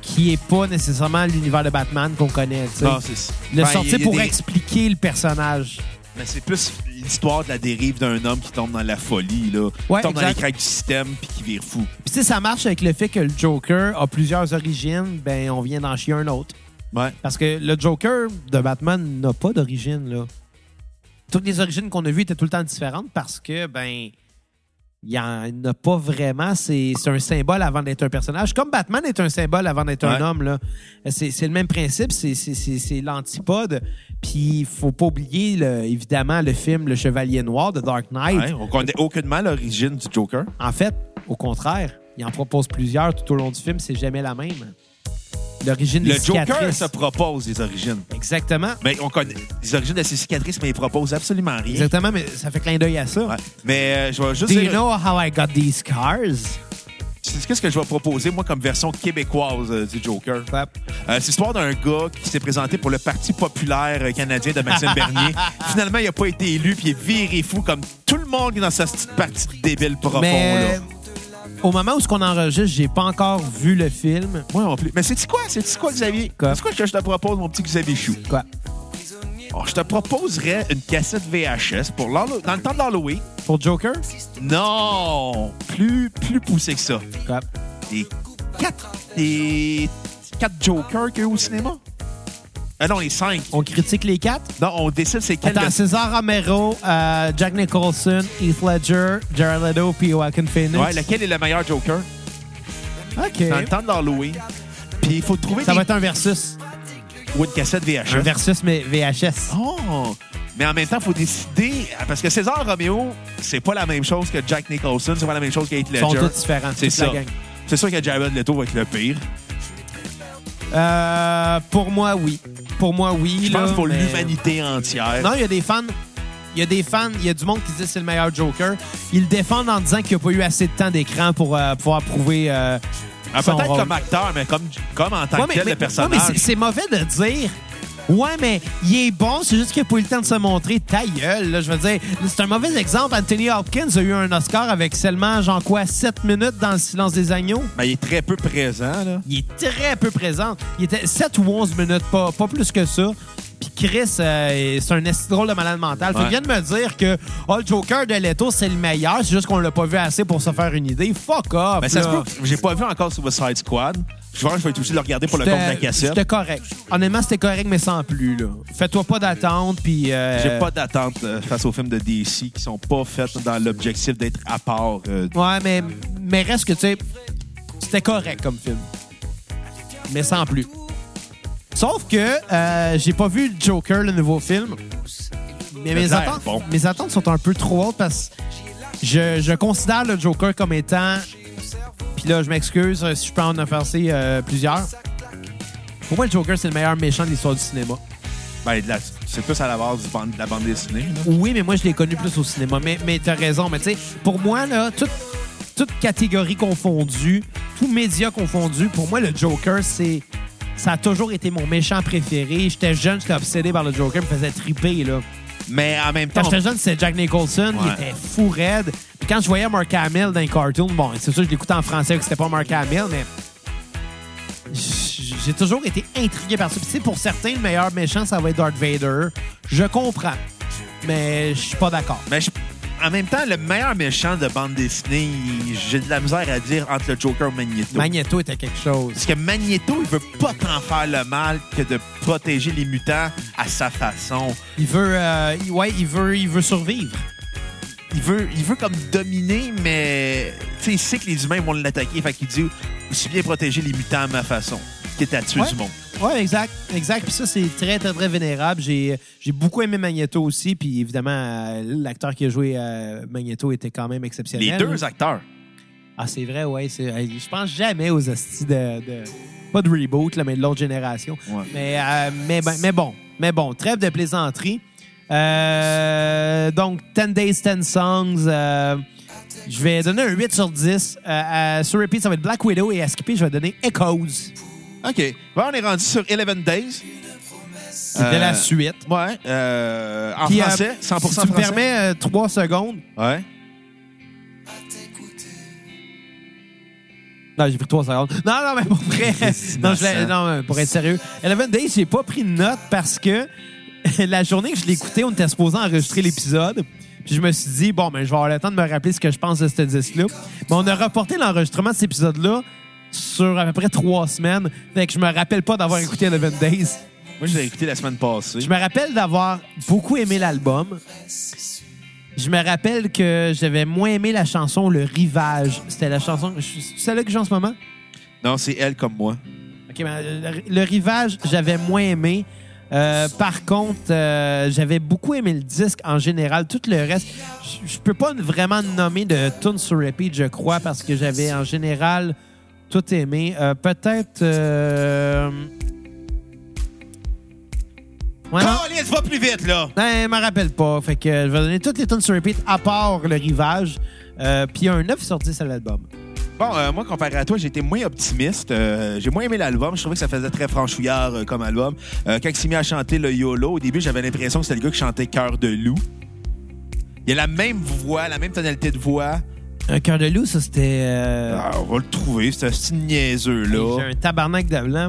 [SPEAKER 1] qui est pas nécessairement l'univers de Batman qu'on connaît. tu sais.
[SPEAKER 3] Non, c'est-
[SPEAKER 1] le
[SPEAKER 3] Ben, il y a
[SPEAKER 1] sortir pour
[SPEAKER 3] des-
[SPEAKER 1] expliquer le personnage.
[SPEAKER 3] Mais c'est plus l'histoire de la dérive d'un homme qui tombe dans la folie, là.
[SPEAKER 1] Ouais,
[SPEAKER 3] qui tombe dans les
[SPEAKER 1] exact.
[SPEAKER 3] craques du système puis qui vire fou.
[SPEAKER 1] Puis si ça marche avec le fait que le Joker a plusieurs origines, ben on vient d'en chier un autre.
[SPEAKER 3] Ouais.
[SPEAKER 1] Parce que le Joker de Batman n'a pas d'origine, là. Toutes les origines qu'on a vues étaient tout le temps différentes parce que, ben, il n'y en a pas vraiment. C'est c'est un symbole avant d'être un personnage. Comme Batman est un symbole avant d'être un
[SPEAKER 3] Ouais.
[SPEAKER 1] homme, là. C'est c'est le même principe, c'est- c'est c'est- c'est l'antipode. Puis, faut pas oublier, le- évidemment, le film Le Chevalier Noir de Dark Knight.
[SPEAKER 3] Ouais, On connaît aucunement l'origine du Joker.
[SPEAKER 1] En fait, au contraire, il en propose plusieurs tout au long du film, c'est jamais la même. l'origine des
[SPEAKER 3] Le Joker
[SPEAKER 1] cicatrices.
[SPEAKER 3] se propose des origines.
[SPEAKER 1] Exactement.
[SPEAKER 3] Mais on connaît les origines de ses cicatrices, mais il propose absolument rien.
[SPEAKER 1] Exactement, mais ça fait clin d'œil à ça.
[SPEAKER 3] Ouais. Mais euh, je vais juste
[SPEAKER 1] Do you
[SPEAKER 3] dire-
[SPEAKER 1] know how I got these scars?
[SPEAKER 3] Tu sais Qu'est-ce que je vais proposer, moi, comme version québécoise euh, du Joker? Euh, c'est l'histoire d'un gars qui s'est présenté pour le Parti populaire euh, canadien de Maxime Bernier. Finalement, il n'a pas été élu, puis il est viré fou comme tout le monde dans sa petite partie de débile profond.
[SPEAKER 1] Mais
[SPEAKER 3] Là.
[SPEAKER 1] au moment où ce qu'on enregistre, j'ai pas encore vu le film.
[SPEAKER 3] Moi non plus. Mais c'est quoi, c'est quoi, Xavier?
[SPEAKER 1] Quoi?
[SPEAKER 3] C'est quoi que je te propose, mon petit Xavier Chou?
[SPEAKER 1] Quoi?
[SPEAKER 3] Oh, je te proposerais une cassette VHS pour l'Hallo- dans le temps de l'Halloween.
[SPEAKER 1] Pour Joker?
[SPEAKER 3] Non! Plus, plus poussé que ça.
[SPEAKER 1] Quoi?
[SPEAKER 3] Des quatre, des quatre Jokers qu'il y a eu au cinéma. Ah non, les cinq.
[SPEAKER 1] On critique les quatre?
[SPEAKER 3] Non, on décide c'est quel.
[SPEAKER 1] Attends,
[SPEAKER 3] le-
[SPEAKER 1] César Romero, euh, Jack Nicholson, Heath Ledger, Jared Leto, puis Joaquin Phoenix.
[SPEAKER 3] Ouais, lequel est le meilleur Joker
[SPEAKER 1] OK.
[SPEAKER 3] dans le temps de l'Halloween. Puis il faut trouver
[SPEAKER 1] Ça
[SPEAKER 3] des...
[SPEAKER 1] va être un versus.
[SPEAKER 3] ou une cassette VHS.
[SPEAKER 1] Un versus, mais VHS.
[SPEAKER 3] Oh! Mais en même temps, il faut décider. Parce que César Romeo, c'est pas la même chose que Jack Nicholson, c'est pas la même chose que Heath
[SPEAKER 1] Ils sont
[SPEAKER 3] Ledger.
[SPEAKER 1] tous différents.
[SPEAKER 3] C'est
[SPEAKER 1] toute la
[SPEAKER 3] ça.
[SPEAKER 1] gang.
[SPEAKER 3] C'est sûr que Jared Leto va être le pire.
[SPEAKER 1] Euh, pour moi, oui. Pour moi, oui.
[SPEAKER 3] Je pense
[SPEAKER 1] là,
[SPEAKER 3] pour
[SPEAKER 1] mais-
[SPEAKER 3] l'humanité entière.
[SPEAKER 1] Non, il y a des fans. Il y a des fans, il y a du monde qui dit que c'est le meilleur Joker. Ils le défendent en disant qu'il n'y a pas eu assez de temps d'écran pour euh, pouvoir prouver euh,
[SPEAKER 3] Ah,
[SPEAKER 1] son
[SPEAKER 3] Peut-être
[SPEAKER 1] rôle.
[SPEAKER 3] comme acteur, mais comme, comme en tant
[SPEAKER 1] Ouais,
[SPEAKER 3] que tel, le personnage.
[SPEAKER 1] ouais, mais c'est- c'est mauvais de dire. Ouais, mais il est bon, c'est juste qu'il n'a pas eu le temps de se montrer. Ta gueule, là, je veux dire. C'est un mauvais exemple. Anthony Hopkins a eu un Oscar avec seulement, genre quoi, 7 minutes dans Le silence des agneaux.
[SPEAKER 3] Mais ben, il est très peu présent, là.
[SPEAKER 1] Il est très peu présent. Il était 7 ou 11 minutes, pas, pas plus que ça. Puis Chris, euh, c'est un esti drôle de malade mental. Fait
[SPEAKER 3] Ouais.
[SPEAKER 1] qu'il vient de me dire que oh, le Joker de Leto, c'est le meilleur. C'est juste qu'on l'a pas vu assez pour se faire une idée. Fuck off.
[SPEAKER 3] Mais Ben, ça se
[SPEAKER 1] là.
[SPEAKER 3] peut. que- J'ai pas vu encore Suicide Squad. Je pense que je vais être obligé de le regarder pour le compte de la
[SPEAKER 1] C'était-
[SPEAKER 3] cassette.
[SPEAKER 1] C'était correct. Honnêtement, c'était correct, mais sans plus. là. Fais-toi pas d'attente, puis... euh,
[SPEAKER 3] J'ai pas d'attente euh, face aux films de DC qui sont pas faits dans l'objectif d'être à part. euh,
[SPEAKER 1] Ouais, mais, mais reste que, tu sais, c'était correct comme film. Mais sans plus. Sauf que euh, j'ai pas vu Joker, le nouveau film. Mais mes
[SPEAKER 3] Ça a l'air
[SPEAKER 1] attentes,
[SPEAKER 3] bon.
[SPEAKER 1] mes attentes sont un peu trop hautes parce que je, je considère le Joker comme étant... Puis là, je m'excuse euh, si je peux en offenser euh, plusieurs. Pour moi, le Joker, c'est le meilleur méchant de l'histoire du cinéma.
[SPEAKER 3] ben, de la- c'est plus à la base du bande- de la bande dessinée. là.
[SPEAKER 1] Oui, mais moi, je l'ai connu plus au cinéma. Mais, mais t'as raison. Mais tu sais, pour moi, là, toute, toute catégorie confondue, tout média confondu, pour moi, le Joker, c'est. Ça a toujours été mon méchant préféré. J'étais jeune, j'étais obsédé par le Joker, il me faisait triper, là.
[SPEAKER 3] Mais en même temps,
[SPEAKER 1] Quand j'étais jeune, c'était Jack Nicholson, il
[SPEAKER 3] Ouais.
[SPEAKER 1] était fou raide. Puis quand je voyais Mark Hamill dans les cartoons, bon, c'est sûr que je l'écoutais en français, que c'était pas Mark Hamill, mais j- j'ai toujours été intrigué par ça. Puis tu sais, pour certains, le meilleur méchant, ça va être Darth Vader. Je comprends, mais je suis pas d'accord.
[SPEAKER 3] mais ben, je- en même temps, le meilleur méchant de bande dessinée, il- j'ai de la misère à dire entre le Joker et Magneto.
[SPEAKER 1] Magneto était quelque chose.
[SPEAKER 3] Parce que Magneto, il veut pas tant faire le mal que de protéger les mutants à sa façon.
[SPEAKER 1] Il veut, euh, il- ouais, il veut, il veut survivre.
[SPEAKER 3] il veut, il veut comme dominer, mais tu sais, il sait que les humains vont l'attaquer. Fait qu'il dit aussi bien protéger les mutants à ma façon, qui est à tuer
[SPEAKER 1] Ouais.
[SPEAKER 3] du monde.
[SPEAKER 1] Ouais, exact, exact. Puis ça, c'est très, très, très vénérable. J'ai, j'ai beaucoup aimé Magneto aussi. Puis évidemment, euh, l'acteur qui a joué euh, Magneto était quand même exceptionnel.
[SPEAKER 3] Les deux acteurs.
[SPEAKER 1] Ah, c'est vrai, ouais. c'est- euh, Je pense jamais aux hosties de, de- Pas de reboot, là, mais de l'autre génération.
[SPEAKER 3] Ouais.
[SPEAKER 1] Mais, euh, mais, ben- mais bon, mais bon, trêve de plaisanterie. Euh, donc, 10 Days, 10 Songs. euh, je vais donner un 8 sur 10. Euh, à- sur repeat, ça va être Black Widow et à skipper, je vais donner Echoes.
[SPEAKER 3] OK. Bon, on est rendu sur 11 Days.
[SPEAKER 1] C'était
[SPEAKER 3] Euh,
[SPEAKER 1] la suite.
[SPEAKER 3] Ouais. euh, en
[SPEAKER 1] Puis, euh,
[SPEAKER 3] français, 100
[SPEAKER 1] si tu
[SPEAKER 3] français.
[SPEAKER 1] me permets euh, trois secondes.
[SPEAKER 3] Ouais.
[SPEAKER 1] Non, j'ai pris trois secondes. Non, non, mais pour vrai. non, je l'ai-
[SPEAKER 3] innocent.
[SPEAKER 1] non, mais pour être sérieux. Eleven Days, j'ai pas pris de note parce que la journée que je l'écoutais, on était supposé enregistrer l'épisode. Puis je me suis dit, bon, ben, je vais avoir le temps de me rappeler ce que je pense de ce disque-là. Mais on a reporté l'enregistrement de cet épisode-là sur à peu près trois semaines. Fait que je me rappelle pas d'avoir écouté Eleven Days.
[SPEAKER 3] Moi, je l'ai écouté la semaine passée.
[SPEAKER 1] Je me rappelle d'avoir beaucoup aimé l'album. Je me rappelle que j'avais moins aimé la chanson Le Rivage. C'était la chanson. C'est celle-là que j'ai en ce moment?
[SPEAKER 3] Non, c'est elle comme moi.
[SPEAKER 1] OK, ben, le, le rivage, j'avais moins aimé. Euh, par contre, euh, j'avais beaucoup aimé le disque en général. Tout le reste, je- je peux pas vraiment nommer de tune sur repeat, je crois, parce que j'avais en général Tout aimé. Euh, Peut-être. euh, Ouais, non.
[SPEAKER 3] Colin, va plus vite, là!
[SPEAKER 1] Non, elle m'en rappelle pas. Fait que euh, je vais donner toutes les tunes sur repeat à part le rivage. Euh, Puis il y a un 9 sur 10 à l'album.
[SPEAKER 3] Bon, euh, moi, comparé à toi, j'ai été moins optimiste. Euh, j'ai moins aimé l'album. Je trouvais que ça faisait très franchouillard euh, comme album. Euh, quand il s'est mis à chanter le YOLO, au début, j'avais l'impression que c'était le gars qui chantait Cœur de loup. Il a la même voix, la même tonalité de voix.
[SPEAKER 1] Un cœur de loup, ça c'était. euh,
[SPEAKER 3] Ah, on va le trouver, ce petit niaiseux-là.
[SPEAKER 1] J'ai un tabarnak d'avlant.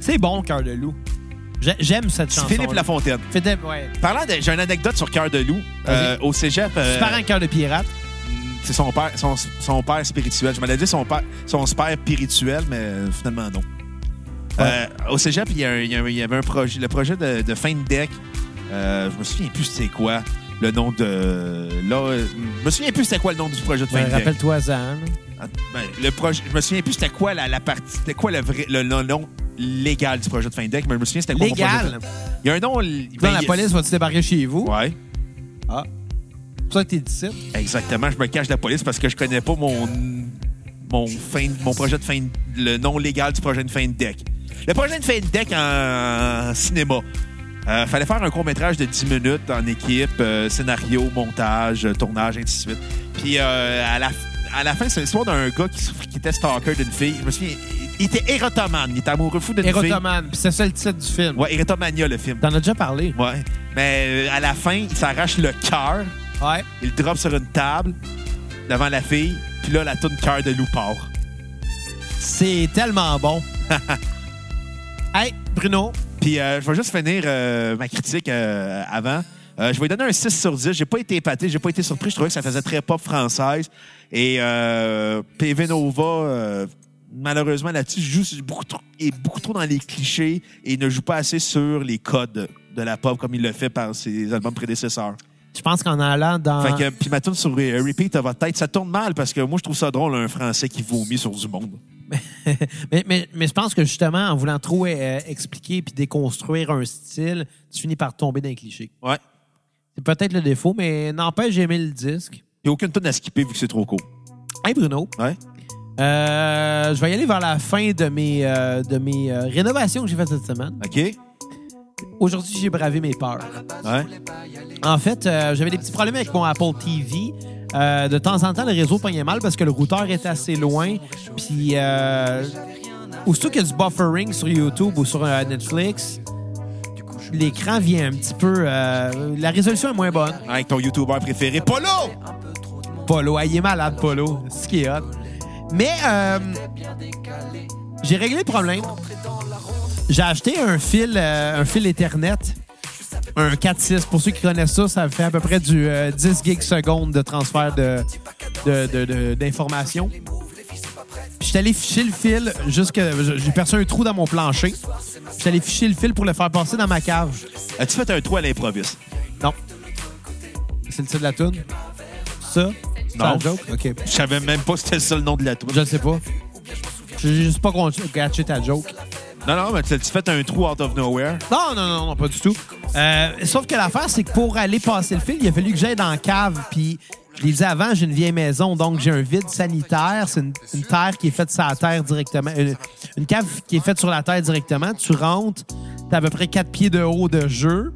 [SPEAKER 1] C'est bon, cœur de loup. J'ai- J'aime cette
[SPEAKER 3] C'est
[SPEAKER 1] chanson.
[SPEAKER 3] Philippe Lafontaine.
[SPEAKER 1] Philippe, ouais.
[SPEAKER 3] Parlant de. J'ai une anecdote sur Cœur de loup. Euh, au cégep. euh,
[SPEAKER 1] Super un cœur de pirate.
[SPEAKER 3] c'est son père, son, son père spirituel. Je m'allais dire son père, son père spirituel, mais euh, finalement non. Euh, au cégep, il y, a un- il y a un- il y avait un projet, le projet de, de fin de deck. Euh, je me souviens plus c'était quoi le nom de. Là, euh, je me souviens plus c'était quoi le nom du projet de fin
[SPEAKER 1] Ouais,
[SPEAKER 3] de deck.
[SPEAKER 1] Rappelle-toi ça. hein.
[SPEAKER 3] Ah, ben, le projet, je me souviens plus c'était quoi la, la partie, c'était quoi le vrai, le, le nom légal du projet de fin de deck, mais je me souviens c'était quoi mon projet
[SPEAKER 1] Légal.
[SPEAKER 3] de- Il y a un nom. l-
[SPEAKER 1] Dans
[SPEAKER 3] ben,
[SPEAKER 1] la
[SPEAKER 3] il-
[SPEAKER 1] police va-tu débarquer chez vous?
[SPEAKER 3] Ouais.
[SPEAKER 1] Ah. C'est pour ça que t'es d'ici.
[SPEAKER 3] Exactement, je me cache de la police parce que je connais pas mon mon fin mon projet de fin le nom légal du projet de fin de deck. Le projet de fin de deck en, en cinéma. Euh, fallait faire un court métrage de 10 minutes en équipe, euh, scénario, montage, euh, tournage, ainsi de suite. Puis euh, à la à la fin, c'est l'histoire d'un gars qui, se- qui était stalker d'une fille. Je me souviens, il était érotomane, il était amoureux fou d'une fille.
[SPEAKER 1] Erotoman. Puis c'est ça le titre du film.
[SPEAKER 3] Ouais, érotomania le film.
[SPEAKER 1] T'en as déjà parlé.
[SPEAKER 3] Ouais. Mais euh, à la fin, il s'arrache le cœur.
[SPEAKER 1] Ouais.
[SPEAKER 3] Il drop sur une table devant la fille, puis là, la toune cœur de loup part.
[SPEAKER 1] C'est tellement bon. hey, Bruno.
[SPEAKER 3] Puis euh, je vais juste finir euh, ma critique euh, avant. Euh, je vais lui donner un 6 sur 10. J'ai pas été épaté, j'ai pas été surpris. Je trouvais que ça faisait très pop française. Et euh, PV Nova, euh, malheureusement, là-dessus, joue sur- beaucoup trop, est beaucoup trop dans les clichés et ne joue pas assez sur les codes de la pop comme il le fait par ses albums prédécesseurs.
[SPEAKER 1] Je pense qu'en allant dans.
[SPEAKER 3] Fait que, puis ma tune sur euh, Repeat à votre tête, ça tourne mal parce que moi, je trouve ça drôle, un Français qui vomit sur du monde.
[SPEAKER 1] mais, mais, mais je pense que justement, en voulant trop euh, expliquer puis déconstruire un style, tu finis par tomber dans les clichés.
[SPEAKER 3] Ouais.
[SPEAKER 1] C'est peut-être le défaut, mais n'empêche, j'ai aimé le disque.
[SPEAKER 3] Il n'y a aucune tonne à skipper vu que c'est trop court.
[SPEAKER 1] Hey Bruno,
[SPEAKER 3] Ouais.
[SPEAKER 1] euh, je vais y aller vers la fin de mes, euh, de mes euh, rénovations que j'ai faites cette semaine.
[SPEAKER 3] OK? Ouais.
[SPEAKER 1] Aujourd'hui, j'ai bravé mes peurs. En fait, euh, j'avais des petits problèmes avec mon Apple TV. Euh, de temps en temps, le réseau pognait mal parce que le routeur était assez loin. Puis, euh, aussitôt qu'il y a du buffering sur YouTube ou sur euh, Netflix, l'écran vient un petit peu... euh, la résolution est moins bonne.
[SPEAKER 3] Avec ton YouTuber préféré, Polo!
[SPEAKER 1] Polo. Ah, il est malade, Polo. C'est ce qui est hot. Mais euh, j'ai réglé le problème. J'ai acheté un fil, euh, un fil Ethernet, un 4.6. Pour ceux qui connaissent ça, ça fait à peu près du euh, 10 gigs secondes de transfert de- de- de- de- d'informations. De, puis j'étais allé ficher le fil jusque. J'ai perçu un trou dans mon plancher. Puis j'étais allé ficher le fil pour le faire passer dans ma cave.
[SPEAKER 3] As-tu fait un trou à l'improviste?
[SPEAKER 1] Non. C'est le titre de la toune? Ça? C'est
[SPEAKER 3] Non.
[SPEAKER 1] un joke? OK.
[SPEAKER 3] Je savais même pas c'était ça le nom de la tour.
[SPEAKER 1] Je ne sais pas. J'ai juste pas con- catché ta joke.
[SPEAKER 3] Non, non, mais t'as-tu fait un trou out of nowhere?
[SPEAKER 1] Non, non, non, non, pas du tout. Euh, sauf que l'affaire, c'est que pour aller passer le fil, il a fallu que j'aille dans la cave. Puis, je l'ai dit avant, j'ai une vieille maison, donc j'ai un vide sanitaire. C'est une, une terre qui est faite sur la terre directement. Une, une cave qui est faite sur la terre directement. Tu rentres, t'as à peu près 4 pieds de haut de jeu.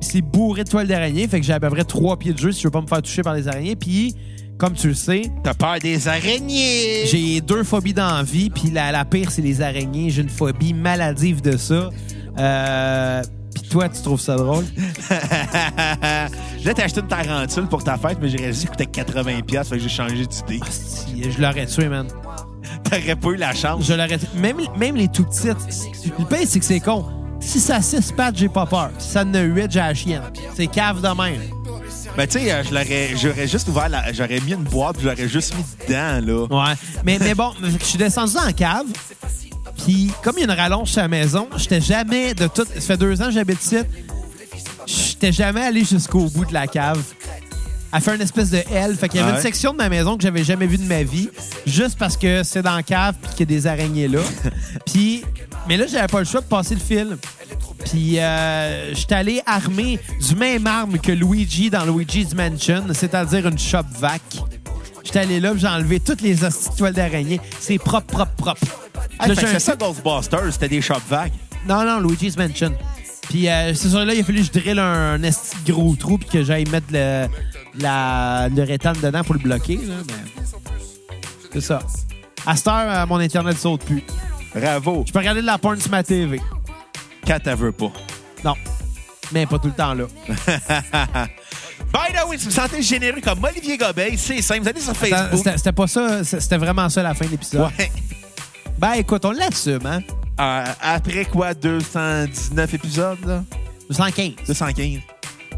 [SPEAKER 1] Puis c'est bourré de toiles d'araignée. Fait que j'ai à peu près 3 pieds de jeu si je veux pas me faire toucher par les araignées. Puis, comme tu le sais,
[SPEAKER 3] T'as peur des araignées!
[SPEAKER 1] J'ai deux phobies dans la vie, puis la, la pire, c'est les araignées. J'ai une phobie maladive de ça. Euh, puis toi, tu trouves ça drôle?
[SPEAKER 3] Là, t'as acheté une tarentule pour ta fête, mais j'ai réalisé qu'elle coûtait 80$, piastres, fait que j'ai changé d'idée.
[SPEAKER 1] Si, Je l'aurais tué, man.
[SPEAKER 3] T'aurais pas eu la chance.
[SPEAKER 1] Je l'aurais tué. Même, même les tout petites. Le pire, c'est que c'est con. Si ça a 6 pattes, j'ai pas peur. Si ça en a 8, j'ai la chienne. C'est cave de même.
[SPEAKER 3] Ben, tu sais, euh, je l'aurais- j'aurais juste ouvert, la- j'aurais mis une boîte, puis j'aurais juste mis dedans, là.
[SPEAKER 1] Ouais. Mais, mais bon, je suis descendu dans la cave. Puis, comme il y a une rallonge à la maison, j'étais jamais de tout. Ça fait deux ans que j'habite ici. J'étais jamais allé jusqu'au bout de la cave. Elle fait une espèce de L. Fait qu'il y avait
[SPEAKER 3] Ouais.
[SPEAKER 1] une section de ma maison que j'avais jamais vue de ma vie, juste parce que c'est dans la cave puis qu'il y a des araignées là. puis, mais là, j'avais pas le choix de passer le fil. Puis, euh, j'étais allé armé du même arme que Luigi dans Luigi's Mansion, c'est-à-dire une shop vac. J'étais allé là, puis j'ai enlevé toutes les hosties de toiles d'araignée. C'est propre, propre, propre.
[SPEAKER 3] Ah,
[SPEAKER 1] Là,
[SPEAKER 3] fait que
[SPEAKER 1] j'ai un-
[SPEAKER 3] c'est ça Ghostbusters, c'était des shops vagues.
[SPEAKER 1] Non, non, Luigi's Mansion. Puis euh, c'est sûr, là, il a fallu que je drille un, un esti de gros trou puis que j'aille mettre le, la, le rétane dedans pour le bloquer. Là, mais... C'est ça. À cette heure, euh, mon Internet saute plus.
[SPEAKER 3] Bravo.
[SPEAKER 1] Je peux regarder de la porn sur ma TV.
[SPEAKER 3] Quand elle veut pas.
[SPEAKER 1] Non. Mais pas tout le temps là.
[SPEAKER 3] By the way, si vous sentez généreux comme Olivier Gobeil, c'est simple. Vous allez sur
[SPEAKER 1] Attends,
[SPEAKER 3] Facebook.
[SPEAKER 1] C'était c'était pas ça, c'est- c'était vraiment ça la fin de l'épisode.
[SPEAKER 3] ouais.
[SPEAKER 1] Ben écoute, on l'assume, hein?
[SPEAKER 3] Euh, après quoi, 219 épisodes, là?
[SPEAKER 1] 215.
[SPEAKER 3] 215.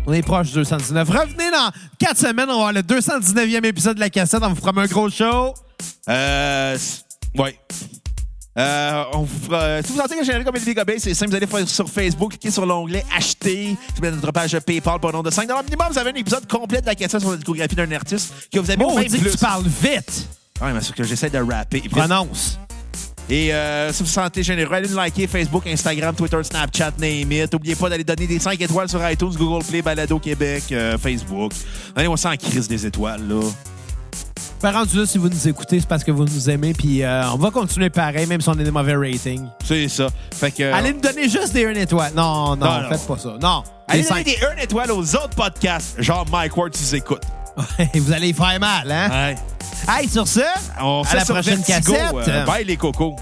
[SPEAKER 1] On est proche du 219. Revenez dans 4 semaines, on va avoir le 219e épisode de la cassette. On vous fera un gros show.
[SPEAKER 3] Euh. s- Ouais. Euh, on vous fera- si vous sentez que généreux comme Olivier Gobeil, c'est simple. Vous allez faire sur Facebook, cliquer sur l'onglet Acheter. Vous mettez notre page PayPal pour un nombre de 5 minimum. Vous avez un épisode complet de la cassette sur la discographie d'un artiste que vous avez
[SPEAKER 1] Bon,
[SPEAKER 3] au
[SPEAKER 1] on
[SPEAKER 3] même
[SPEAKER 1] dit que
[SPEAKER 3] Oh, plus.
[SPEAKER 1] tu parles Ah vite.
[SPEAKER 3] Ouais, mais c'est que j'essaie de rapper.
[SPEAKER 1] Prononce.
[SPEAKER 3] Et euh, si vous vous sentez généreux, allez nous liker Facebook, Instagram, Twitter, Snapchat, name it. N'oubliez pas d'aller donner des 5 étoiles sur iTunes, Google Play, Balado Québec, euh, Facebook. Allez, on s'en crise des étoiles, là.
[SPEAKER 1] Parents Ben, rendu là, si vous nous écoutez, c'est parce que vous nous aimez. Puis euh, on va continuer pareil, même si on a des mauvais ratings.
[SPEAKER 3] C'est ça. Fait que... euh,
[SPEAKER 1] Allez nous donner juste des 1 étoile. Non, non,
[SPEAKER 3] Non, non.
[SPEAKER 1] faites pas ça. Non.
[SPEAKER 3] allez
[SPEAKER 1] Des
[SPEAKER 3] donner
[SPEAKER 1] cinq.
[SPEAKER 3] des 1 étoile aux autres podcasts, genre Mike Ward, tu écoutes.
[SPEAKER 1] Ouais, vous allez y faire mal, hein?
[SPEAKER 3] Ouais.
[SPEAKER 1] Hey, sur ce,
[SPEAKER 3] On
[SPEAKER 1] à
[SPEAKER 3] fait
[SPEAKER 1] la
[SPEAKER 3] sur
[SPEAKER 1] prochaine
[SPEAKER 3] Vertigo,
[SPEAKER 1] cassette.
[SPEAKER 3] euh, bye les cocos.